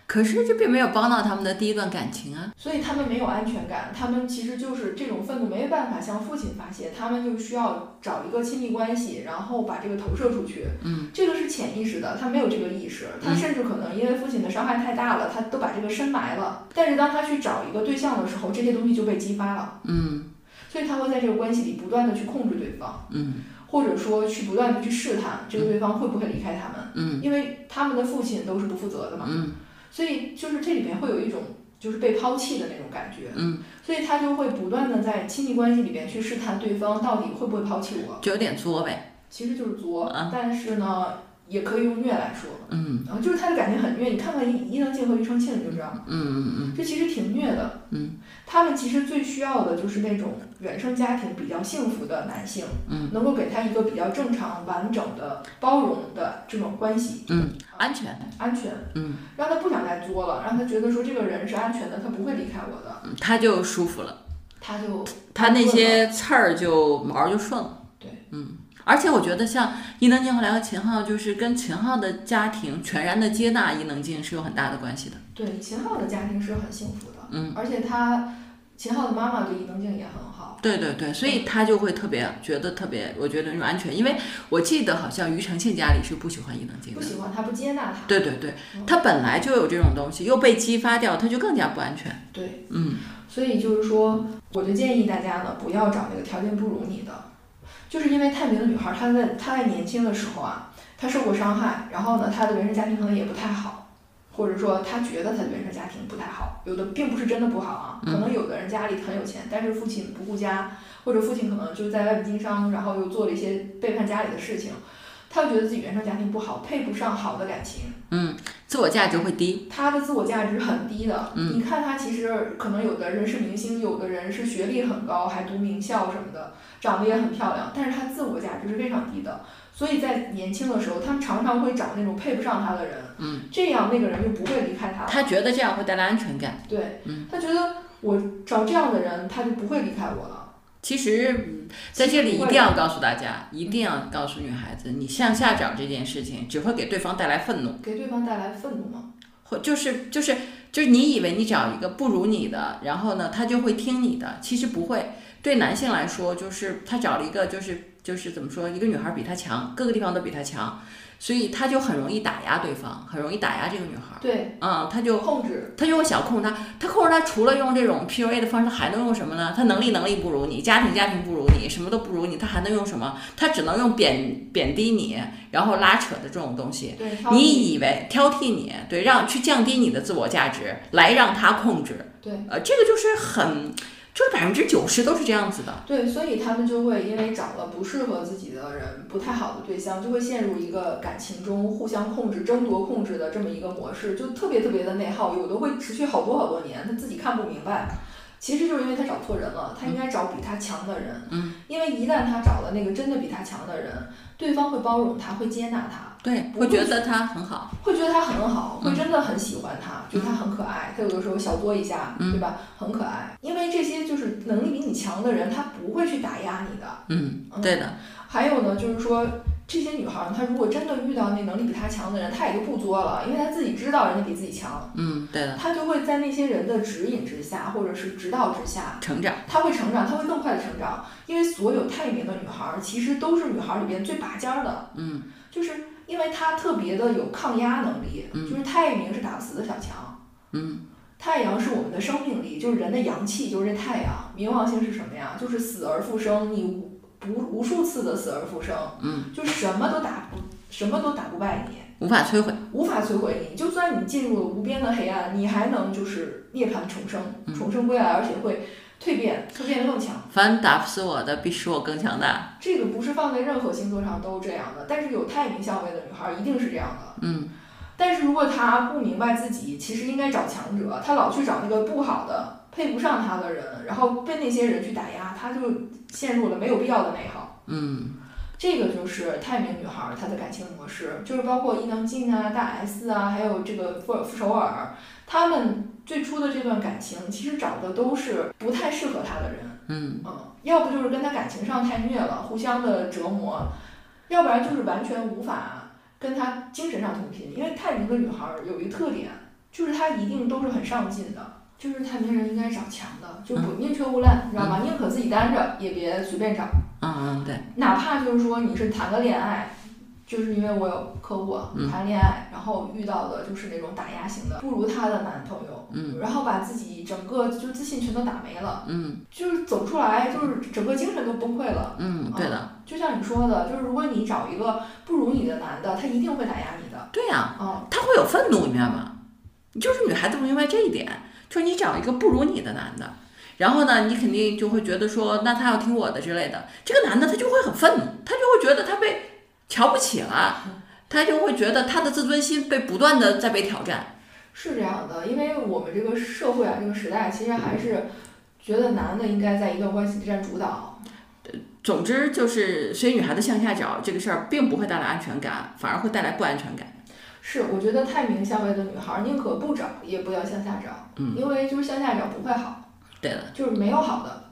可是这并没有帮到他们的第一段感情啊。所以他们没有安全感，他们其实就是这种愤怒没办法向父亲发泄，他们就需要找一个亲密关系，然后把这个投射出去。嗯，这个是潜意识的，他没有这个意识，他甚至可能因为父亲的伤害太大了，他都把这个深埋了。但是当他去找一个对象的时候，这些东西就被激发了，嗯所以他会在这个关系里不断的去控制对方，嗯或者说去不断的去试探这个对方会不会离开他们，嗯因为他们的父亲都是不负责的嘛。嗯所以就是这里面会有一种就是被抛弃的那种感觉，嗯，所以他就会不断的在亲密关系里边去试探对方到底会不会抛弃我，就有点作呗。其实就是作啊，但是呢，也可以用虐来说，嗯然后就是他的感觉很虐，你看看伊伊能静和庾澄庆你就知道，嗯嗯这其实挺虐的，嗯，他们其实最需要的就是那种原生家庭比较幸福的男性，嗯，能够给他一个比较正常、完整的、包容的这种关系，嗯，安全。安全，嗯，让他不想再作了，让他觉得说这个人是安全的，他不会离开我的，嗯他就舒服了，他就他那些刺儿就毛儿就顺了。对，嗯。而且我觉得像伊能静后来和秦昊，就是跟秦昊的家庭全然的接纳伊能静是有很大的关系的。对秦昊的家庭是很幸福的，嗯，而且他秦昊的妈妈对伊能静也很好，对对对，所以他就会特别觉得特别，我觉得那种安全，因为我记得好像庾澄庆家里是不喜欢伊能静不的。喜欢他，不接纳他，对对对，他本来就有这种东西，又被激发掉，他就更加不安全。对，嗯所以就是说，我就建议大家呢，不要找那个条件不如你的，就是因为太明的女孩，她在她在年轻的时候啊，她受过伤害，然后呢，她的原生家庭可能也不太好，或者说她觉得她的原生家庭不太好，有的并不是真的不好啊，可能有的人家里很有钱，但是父亲不顾家，或者父亲可能就在外面经商，然后又做了一些背叛家里的事情，她觉得自己原生家庭不好，配不上好的感情，嗯，自我价值会低。他的自我价值很低的。嗯你看他其实可能有的人是明星，有的人是学历很高，还读名校什么的，长得也很漂亮，但是他自我价值是非常低的。所以在年轻的时候，他们常常会找那种配不上他的人，嗯，这样那个人就不会离开他了。他觉得这样会带来安全感，对嗯，他觉得我找这样的人，他就不会离开我了。其实在这里一定要告诉大家，一定要告诉女孩子，你向下找这件事情只会给对方带来愤怒，给对方带来愤怒吗？或就是就是就是你以为你找一个不如你的，然后呢，他就会听你的，其实不会。对男性来说，就是他找了一个就是就是怎么说，一个女孩比他强，各个地方都比他强，所以他就很容易打压对方，很容易打压这个女孩。对，嗯，他就控制他就会小控制他，他控制他除了用这种 PUA 的方式，还能用什么呢？他能力能力不如你，家庭家庭不如你，什么都不如你，他还能用什么？他只能用贬贬低你，然后拉扯的这种东西。对，挑剔你以为挑剔你，对，让去降低你的自我价值，来让他控制，对呃，这个就是很，就是百分之九十都是这样子的，对，所以他们就会因为找了不适合自己的人、不太好的对象，就会陷入一个感情中互相控制、争夺控制的这么一个模式，就特别特别的内耗，有的会持续好多好多年，他自己看不明白。其实就是因为他找错人了，他应该找比他强的人。嗯，因为一旦他找了那个真的比他强的人，对方会包容他，会接纳他，对，不会会觉得他很好，会觉得他很好，嗯会真的很喜欢他，觉得他很可爱。他有的时候小作一下，嗯对吧？很可爱。因为这些就是能力比你强的人，他不会去打压你的。嗯，嗯对的，还有呢，就是说这些女孩儿，她如果真的遇到那能力比她强的人，她也就不作了，因为她自己知道人家比自己强，嗯，对的，她就会在那些人的指引之下，或者是指导之下，成长，她会成长，她会更快的成长。因为所有太明的女孩儿，其实都是女孩儿里边最拔尖儿的，嗯，就是因为她特别的有抗压能力，嗯就是太明是打不死的小强。嗯，太阳是我们的生命力，就是人的阳气，就是这太阳。冥王星是什么呀？就是死而复生，你无不无数次的死而复生，嗯，就什么都打不什么都打不败你，无法摧毁，无法摧毁你。就算你进入了无边的黑暗，你还能就是涅槃重生，嗯重生归来，而且会蜕变，蜕变得更强。凡打不死我的，必使我更强大，这个不是放在任何星座上都这样的，但是有太明相位的女孩一定是这样的。嗯，但是如果她不明白自己其实应该找强者，她老去找那个不好的、配不上她的人，然后被那些人去打压，她就陷入了没有必要的内耗。嗯，这个就是泰明女孩她的感情模式，就是包括伊能静啊、大 S 啊，还有这个傅傅首尔，他们最初的这段感情其实找的都是不太适合她的人。嗯，嗯，要不就是跟他感情上太虐了，互相的折磨，要不然就是完全无法跟他精神上同频。因为泰明的女孩儿有一个特点，就是她一定都是很上进的，嗯就是泰明人应该找强的，就不宁缺毋滥，你知道吧？宁可自己单着，也别随便找。嗯嗯，对，哪怕就是说你是谈个恋爱，就是因为我有客户啊嗯谈恋爱，然后遇到的就是那种打压型的，不如她的男朋友，嗯然后把自己整个就自信全都打没了。嗯就是走不出来，就是整个精神都崩溃了。嗯，对的，就像你说的，就是如果你找一个不如你的男的，他一定会打压你的。对呀、啊、他会有愤怒，你明白吗？就是女孩子不明白这一点，就是你找一个不如你的男的，然后呢，你肯定就会觉得说，那他要听我的之类的。这个男的他就会很愤怒，他就会觉得他被瞧不起了，他就会觉得他的自尊心被不断的在被挑战。是这样的，因为我们这个社会啊，这个时代其实还是觉得男的应该在一段关系里占主导。总之就是，所以女孩子向下找这个事儿，并不会带来安全感，反而会带来不安全感。是，我觉得太明相位的女孩儿宁可不找，也不要向下找，嗯因为就是向下找不会好，对的，就是没有好的。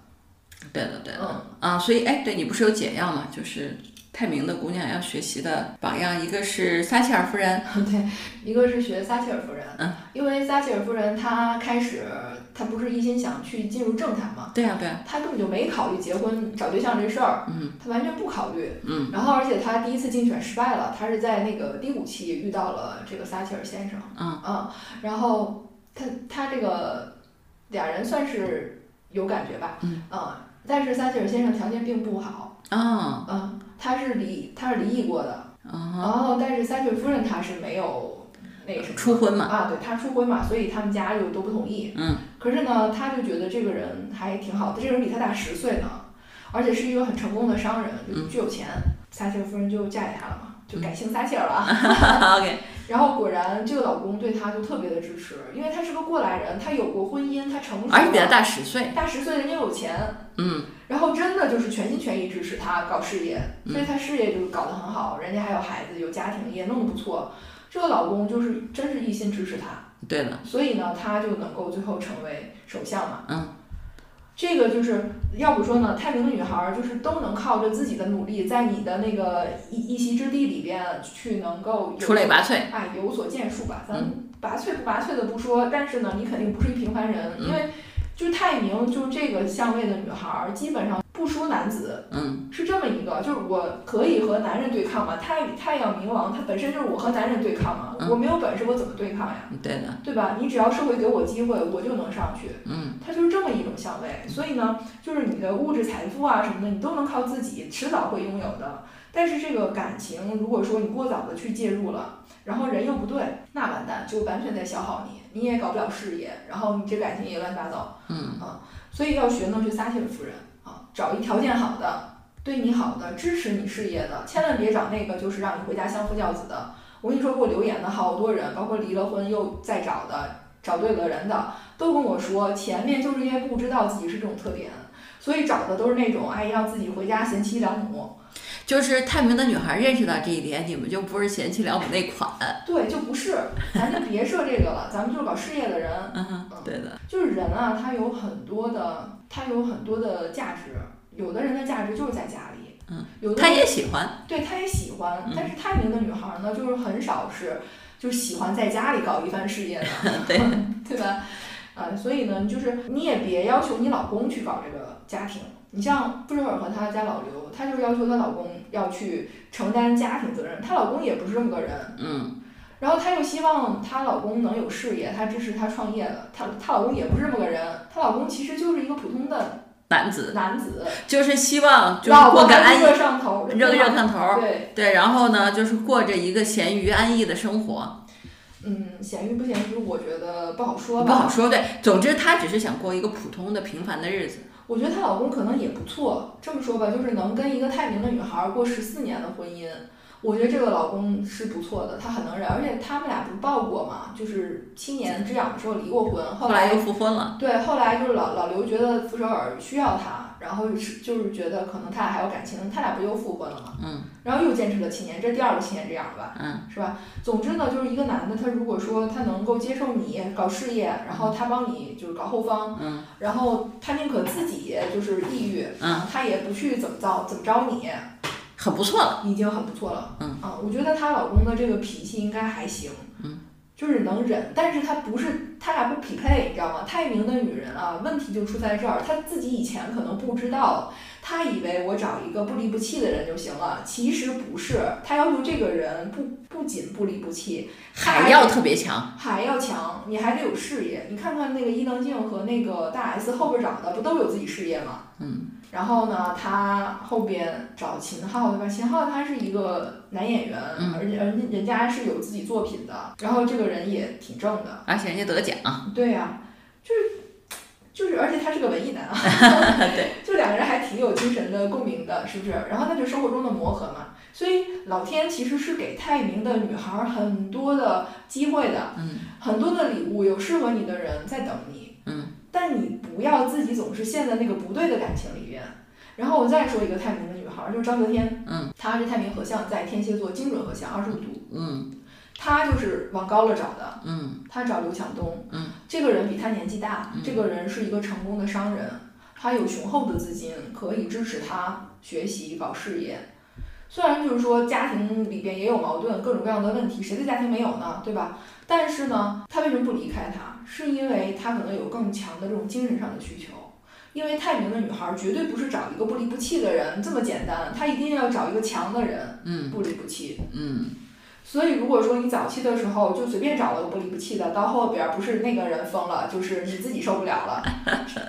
对的，对的。嗯，啊，所以哎，对你不是有解药吗？就是泰明的姑娘要学习的榜样，一个是撒切尔夫人，对，一个是学撒切尔夫人，嗯因为撒切尔夫人她开始她不是一心想去进入政坛嘛，对呀、对呀、啊他根本就没考虑结婚找对象这事儿，嗯他完全不考虑，嗯，然后而且他第一次竞选失败了，他是在那个低谷期遇到了这个撒切尔先生，嗯然后他他这个俩人算是有感觉吧，嗯但是撒切尔先生条件并不好，啊嗯，他是离他是离异过的，然啊，后但是撒切尔夫人她是没有那个什么初婚嘛，啊，对他出轨嘛，所以他们家就都不同意。嗯，可是呢，他就觉得这个人还挺好的，这个人比他大十岁呢，而且是一个很成功的商人，就嗯巨有钱。撒切尔夫人就嫁给他了嘛，就嗯改姓撒切尔了。 OK，然后果然，这个老公对她就特别的支持，因为他是个过来人，他有过婚姻，他成熟了，而且哎比他大十岁，大十岁，人家有钱，嗯然后真的就是全心全意支持他搞事业，嗯所以他事业就是搞得很好，人家还有孩子，有家庭，也弄得不错。这个老公就是真是一心支持她。对的，所以呢，他就能够最后成为首相嘛。嗯。这个就是要不说呢，太平的女孩儿就是都能靠着自己的努力，在你的那个一一席之地里边去能够有出嗯类拔萃。哎，有所建树吧。咱拔萃不拔萃的不说，但是呢，你肯定不是一平凡人，嗯因为就泰宁就这个相位的女孩儿，基本上不输男子，嗯，是这么一个，就是我可以和男人对抗嘛。太太阳冥王，它本身就是我和男人对抗嘛，嗯我没有本事，我怎么对抗呀？对的，对吧？你只要社会给我机会，我就能上去。嗯，它就是这么一种相位，所以呢，就是你的物质财富啊什么的，你都能靠自己，迟早会拥有的。但是这个感情，如果说你过早的去介入了，然后人又不对，那完蛋，就完全在消耗你，你也搞不了事业，然后你这感情也乱七八糟。嗯啊，所以要学呢，去撒切夫人啊，找一条件好的、对你好的、支持你事业的，千万别找那个就是让你回家相夫教子的。我跟你说，给我留言的好多人，包括离了婚又再找的、找对了人的，都跟我说，前面就是因为不知道自己是这种特点，所以找的都是那种哎让自己回家贤妻良母，就是太平的女孩认识到这一点，你们就不是贤妻良母那款。对，就不是，咱就别设这个了， 咱们就是搞事业的人，嗯哼，对的，就是人啊，他有很多的，他有很多的价值，有的人的价值就是在家里，嗯，有的她人也喜欢。对他也喜欢，嗯但是泰宁的女孩呢，就是很少是就是喜欢在家里搞一番事业的， 对， 对吧？啊、所以呢，就是你也别要求你老公去搞这个家庭。你像布什尔和她家老刘，她就是要求她老公要去承担家庭责任，她老公也不是这么个人，嗯，然后她又希望她老公能有事业，她支持她创业的。她她老公也不是这么个人，她老公其实就是一个普通的男子男子，就是希望就是老婆过个还安是逸，热上头，热个热炕头儿。对，对，然后呢，就是过着一个闲鱼安逸的生活，嗯，咸鱼不咸鱼，我觉得不好说不吧。好说。对，总之她只是想过一个普通的平凡的日子。我觉得她老公可能也不错，这么说吧，就是能跟一个泰宁的女孩过十四年的婚姻，我觉得这个老公是不错的，他很能忍。而且他们俩不是报过嘛，就是七年之痒的时候离过婚，后后来来又复婚了。对，后来就是老老刘觉得傅首尔需要他，然后是就是觉得可能他俩还有感情，他俩不又复婚了吗？嗯，然后又坚持了七年，这第二个七年这样了吧？嗯，是吧？总之呢，就是一个男的，他如果说他能够接受你搞事业，然后他帮你就是搞后方，嗯，然后他宁可自己就是抑郁，嗯，他也不去怎么着怎么着你，很不错了。已经很不错了。嗯啊，我觉得她老公的这个脾气应该还行。嗯，就是能忍，但是她不是他俩不匹配，你知道吗？太明的女人啊，问题就出在这儿，她自己以前可能不知道，她以为我找一个不离不弃的人就行了，其实不是，她要求这个人不不仅不离不弃，还要特别强，还要强，你还得有事业。你看看那个伊能静和那个大 S 后边长的，不都有自己事业吗？嗯。然后呢，她后边找秦昊，对吧？秦昊他是一个男演员，嗯而且而且人家是有自己作品的，然后这个人也挺正的，而且人家得奖，啊对呀、就是就是，而且他是个文艺男啊， 对，就两个人还挺有精神的共鸣的，是不是？然后那就生活中的磨合嘛，所以老天其实是给泰明的女孩很多的机会的，嗯，很多的礼物，有适合你的人在等你，嗯，但你不要自己总是陷在那个不对的感情里面。然后我再说一个泰明的女孩，就是章泽天，嗯，她是泰明合相在天蝎座精准合相二十五度，嗯她就是往高了找的，嗯他找刘强东，嗯，这个人比他年纪大，嗯这个人是一个成功的商人，他有雄厚的资金，可以支持他学习搞事业。虽然就是说家庭里边也有矛盾，各种各样的问题，谁的家庭没有呢？对吧？但是呢，他为什么不离开他？是因为他可能有更强的这种精神上的需求。因为泰明的女孩绝对不是找一个不离不弃的人这么简单，她一定要找一个强的人，嗯不离不弃。嗯，所以，如果说你早期的时候就随便找了个不离不弃的，到后边儿不是那个人疯了，就是你自己受不了了，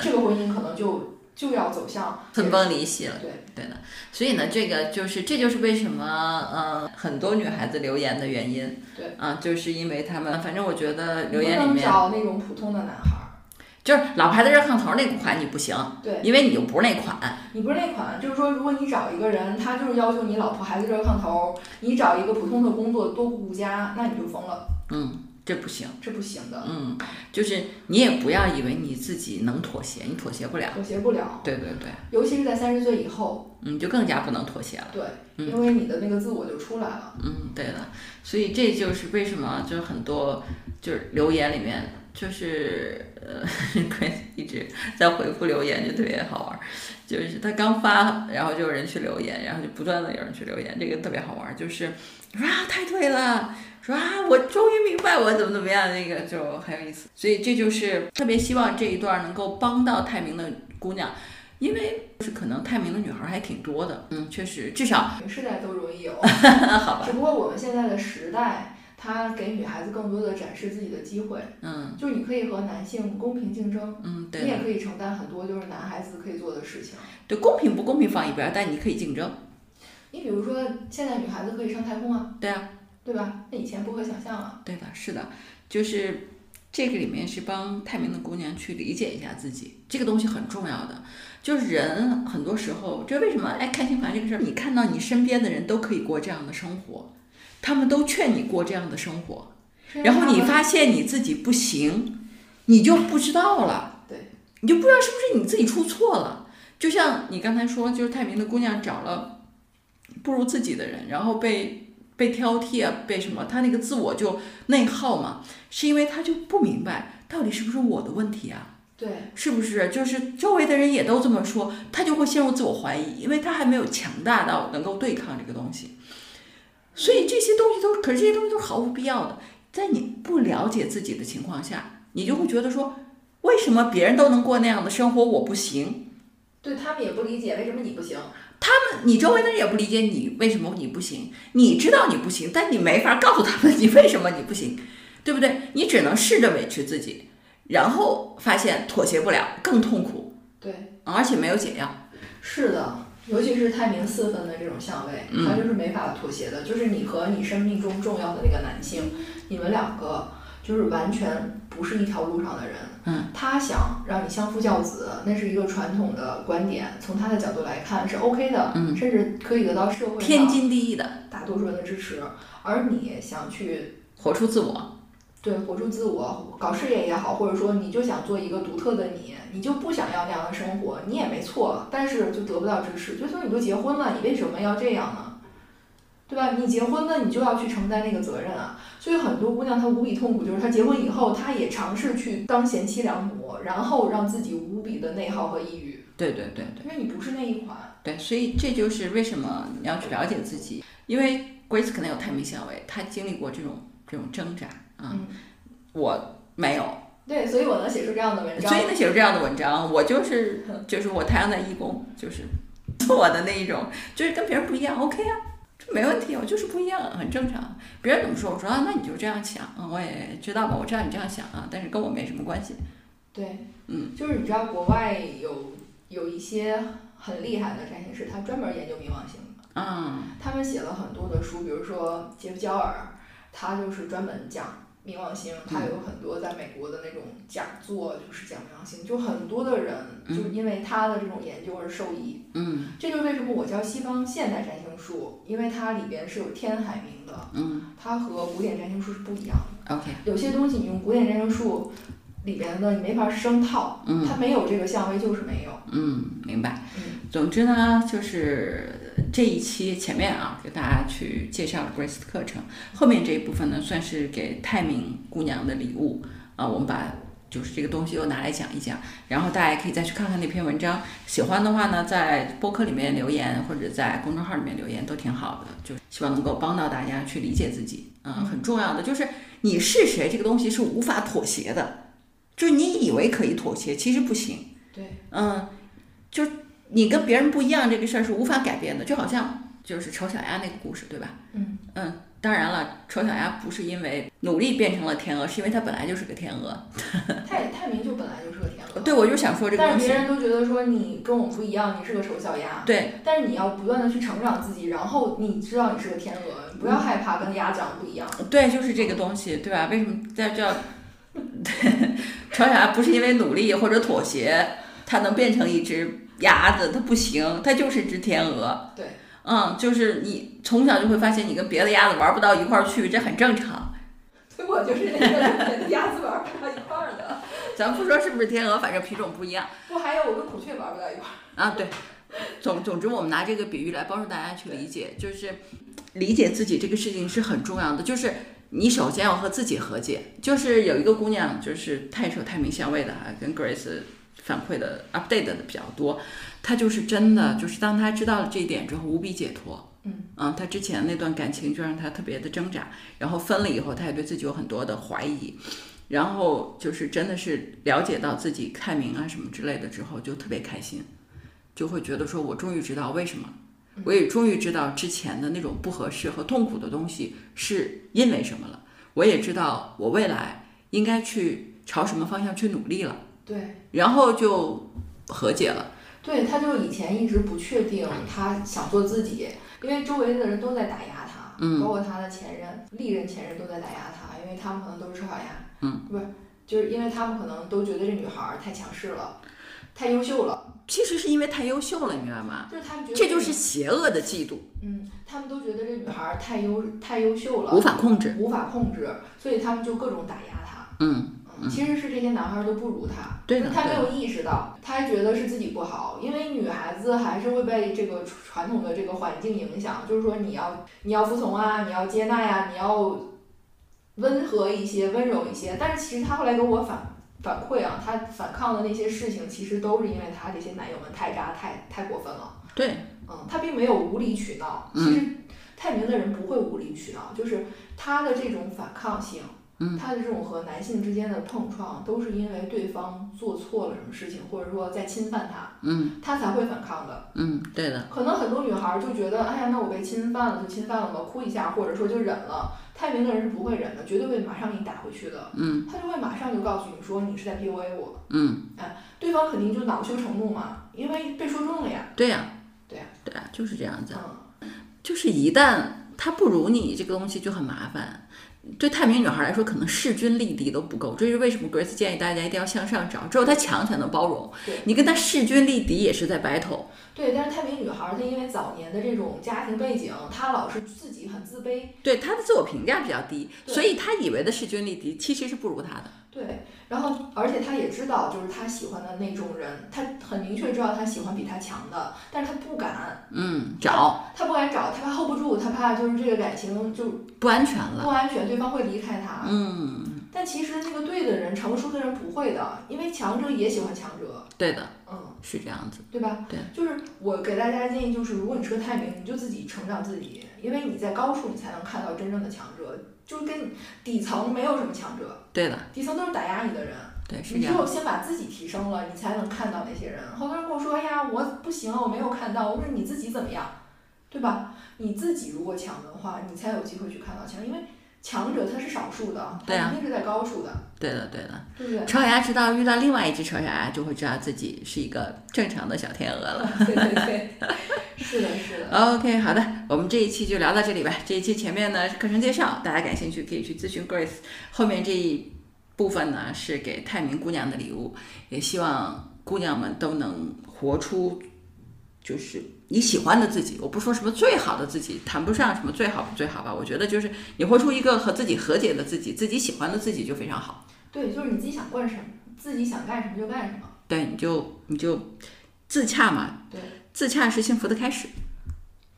这个婚姻可能就就要走向分崩离析了。对，对的，所以呢，这个就是这就是为什么呃很多女孩子留言的原因。对啊、就是因为她们，反正我觉得留不言里能面找那种普通的男孩儿。就是老牌子热炕头那款你不行，对因为你就不是那款。你不是那款，就是说，如果你找一个人，他就是要求你老婆孩子热炕头儿，你找一个普通的工作多顾顾家，那你就疯了，嗯，这不行。这不行的，嗯，就是你也不要以为你自己能妥协，你妥协不了。妥协不了。对对对，尤其是在三十岁以后，你就更加不能妥协了。对，嗯因为你的那个自我就出来了。嗯，对的，所以这就是为什么就是很多就是留言里面就是呃 ，Chris 一直在回复留言，就特别好玩儿。就是他刚发，然后就有人去留言，然后就不断的有人去留言，这个特别好玩儿。就是说啊，太对了，说啊，我终于明白我怎么怎么样，那个就很有意思。所以这就是特别希望这一段能够帮到泰明的姑娘，因为就是可能泰明的女孩儿还挺多的，嗯，确实，至少每个世代都容易有， 好吧，只不过我们现在的时代，它给女孩子更多的展示自己的机会，嗯就是你可以和男性公平竞争，嗯，对你。也可以承担很多就是男孩子可以做的事情。对，公平不公平放一边儿，但你可以竞争。你比如说，现在女孩子可以上太空啊，对啊，对吧？那以前不可想象啊。对的，是的，就是这个里面是帮泰明的姑娘去理解一下自己，这个东西很重要的。就是人很多时候，这为什么哎看星盘这个事儿，你看到你身边的人都可以过这样的生活，他们都劝你过这样的生活，是因啊为然后你他们发现你自己不行，你就不知道了，对，你就不知道是不是你自己出错了。就像你刚才说，就是泰明的姑娘找了不如自己的人，然后被被挑剔啊，被什么，她那个自我就内耗嘛，是因为她就不明白到底是不是我的问题啊。对是不是？就是周围的人也都这么说，他就会陷入自我怀疑，因为他还没有强大到能够对抗这个东西。所以这些东西都，可是这些东西都是毫无必要的。在你不了解自己的情况下，你就会觉得说，为什么别人都能过那样的生活，我不行？对，他们也不理解为什么你不行。你周围的人也不理解你为什么你不行，你知道你不行，但你没法告诉他们你为什么你不行，对不对？你只能试着委屈自己，然后发现妥协不了，更痛苦，对，而且没有解药。是的，尤其是泰明四分的这种相位，嗯它就是没法妥协的，就是你和你生命中重要的那个男性，你们两个就是完全不是一条路上的人。嗯，他想让你相夫教子，那是一个传统的观点，从他的角度来看是 OK 的，嗯甚至可以得到社会上天经地义的大多数人的支持，而你想去活出自我。对，活出自我，搞事业也好，或者说你就想做一个独特的你，你就不想要那样的生活，你也没错，但是就得不到支持，就说你都结婚了，你为什么要这样呢？对吧？你结婚了，你就要去承担那个责任啊。所以很多姑娘她无比痛苦，就是她结婚以后，她也尝试去当贤妻良母，然后让自己无比的内耗和抑郁，对对对对因为你不是那一款。对，所以这就是为什么你要去了解自己，因为 Grace 可能有太明相位，她经历过这种这种挣扎啊、嗯，我没有，对，所以我能写出这样的文章所以，呢写出这样的文章，我就是就是我太阳在义工，就是 做我的那一种，就是跟别人不一样，OK 啊。这没问题，我就是不一样，很正常。别人怎么说，我说啊，那你就这样想啊，我也知道吧，我知道你这样想啊，但是跟我没什么关系。对，嗯，就是你知道国外有有一些很厉害的占星师，他专门研究冥王星的，嗯，他们写了很多的书，比如说杰夫·焦耳，他就是专门讲冥王星，他有很多在美国的那种讲座，就是讲冥王星，就很多的人就是因为他的这种研究而受益。嗯这就是为什么我叫西方现代占星术，因为它里边是有天海冥的，嗯它和古典占星术是不一样的。 ，OK，有些东西你用古典占星术里边的，你没法生套，嗯它没有这个相位就是没有。嗯，明白。嗯，总之呢，就是这一期前面啊，给大家去介绍了 Grace 的课程，后面这一部分呢，算是给泰明姑娘的礼物啊。我们把就是这个东西又拿来讲一讲，然后大家也可以再去看看那篇文章。喜欢的话呢，在播客里面留言或者在公众号里面留言都挺好的，就希望能够帮到大家去理解自己。啊，很重要的就是你是谁这个东西是无法妥协的，就是你以为可以妥协，其实不行。对，嗯，就是你跟别人不一样这个事儿是无法改变的，就好像就是丑小鸭那个故事，对吧？嗯嗯，当然了，丑小鸭不是因为努力变成了天鹅，是因为它本来就是个天鹅。泰泰明就本来就是个天鹅，对，我就想说这个但东是别西。人都觉得说你跟我不一样，你是个丑小鸭。对，但是你要不断的去成长自己，然后你知道你是个天鹅，不要害怕跟鸭长不一 样。对，就是这个东西，对吧？为什么在叫 丑小鸭不是因为努力或者妥协，它能变成一只鸭子？它不行，它就是只天鹅。对，嗯，就是你从小就会发现你跟别的鸭子玩不到一块儿去，这很正常。所以我就是那个跟鸭子玩不到一块儿的，咱不说是不是天鹅，反正品种不一样不还有我跟孔雀玩不到一块儿。啊。对，总总之我们拿这个比喻来帮助大家去理解，就是理解自己这个事情是很重要的，就是你首先要和自己和解。就是有一个姑娘，就是太瘦太没香味的哈，跟 Grace 反馈的 update 的比较多，她就是真的就是当她知道了这一点之后，无比解脱。嗯啊，她之前那段感情就让她特别的挣扎，然后分了以后，她也对自己有很多的怀疑。然后就是真的是了解到自己看明啊什么之类的之后，就特别开心，就会觉得说我终于知道为什么，我也终于知道之前的那种不合适和痛苦的东西是因为什么了，我也知道我未来应该去朝什么方向去努力了，对，然后就和解了。对，他就以前一直不确定他想做自己，因为周围的人都在打压他，嗯包括他的前任、历任前任都在打压他，因为他们可能都是受好压，嗯，不是，就是因为他们可能都觉得这女孩儿太强势了，太优秀了，其实是因为太优秀了，你明白吗？就是他们觉得这就是邪恶的嫉妒，嗯，他们都觉得这女孩儿太优太优秀了，无法控制。无法控制，所以他们就各种打压他。嗯，嗯其实是这些男孩儿都不如她，对的她没对有意识到，她觉得是自己不好，因为女孩子还是会被这个传统的这个环境影响，就是说你要你要服从啊，你要接纳呀、你要温和一些，温柔一些。但是其实她后来跟我反反馈啊，她反抗的那些事情，其实都是因为她这些男友们太渣、太太过分了。对，嗯，他并没有无理取闹。嗯其实泰明的人不会无理取闹，就是他的这种反抗性，嗯他的这种和男性之间的碰撞，都是因为对方做错了什么事情，或者说在侵犯他，嗯他才会反抗的。嗯，对的，可能很多女孩儿就觉得，哎呀，那我被侵犯了就侵犯了吧，哭一下，或者说就忍了。泰明的人是不会忍的，绝对会马上给你打回去的。嗯他就会马上就告诉你说你是在 PUA 我，嗯，对方肯定就恼羞成怒嘛，因为被说中了呀。对呀、对呀对呀、就是这样子。嗯，就是一旦他不如你，这个东西就很麻烦。对太平女孩来说，可能势均力敌都不够，这是为什么 Grace 建议大家一定要向上找，只有她强才能包容对。你跟她势均力敌也是在 battle。对，但是太平女孩儿她因为早年的这种家庭背景，她老是自己很自卑，对她的自我评价比较低，对所以她以为的势均力敌其实是不如她的。对，然后而且她也知道，就是她喜欢的那种人，她很明确知道她喜欢比她强的，但是她不敢，嗯，找她不敢找，她怕 hold 不住，她怕就是这个感情就不安全不了。安全，对方会离开她。嗯，但其实那个对的人，成熟的人不会的，因为强者也喜欢强者，对的，嗯，是这样子。对吧？对，就是我给大家建议，就是如果你是个太平，你就自己成长自己，因为你在高处你才能看到真正的强者，就是跟底层没有什么强者，对的，底层都是打压你的人。对是你这只样。有先把自己提升了，你才能看到那些人。好多人跟我说：“哎呀，我不行，我没有看到。”我说：“你自己怎么样，对吧？你自己如果强的话，你才有机会去看到强，因为强者他是少数的，他对啊一定是在高处的，对的，对的。对不 对？丑小鸭知道遇到另外一只丑小鸭，就会知道自己是一个正常的小天鹅了。对对对， 是的，是的。 OK，好的，我们这一期就聊到这里吧。这一期前面呢是课程介绍，大家感兴趣可以去咨询 Grace。后面这一部分呢是给泰明姑娘的礼物，也希望姑娘们都能活出就是你喜欢的自己。我不说什么最好的自己，谈不上什么最好不最好吧。我觉得就是你活出一个和自己和解的自己，自己喜欢的自己就非常好。对，就是你自己想干什么，自己想干什么就干什么。对，你就你就自洽嘛，对，自洽是幸福的开始。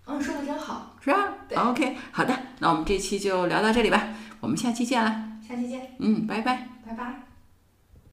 嗯，说的真好，是吧对？OK，好的，那我们这期就聊到这里吧，我们下期见啦，下期见，嗯，拜拜。拜拜。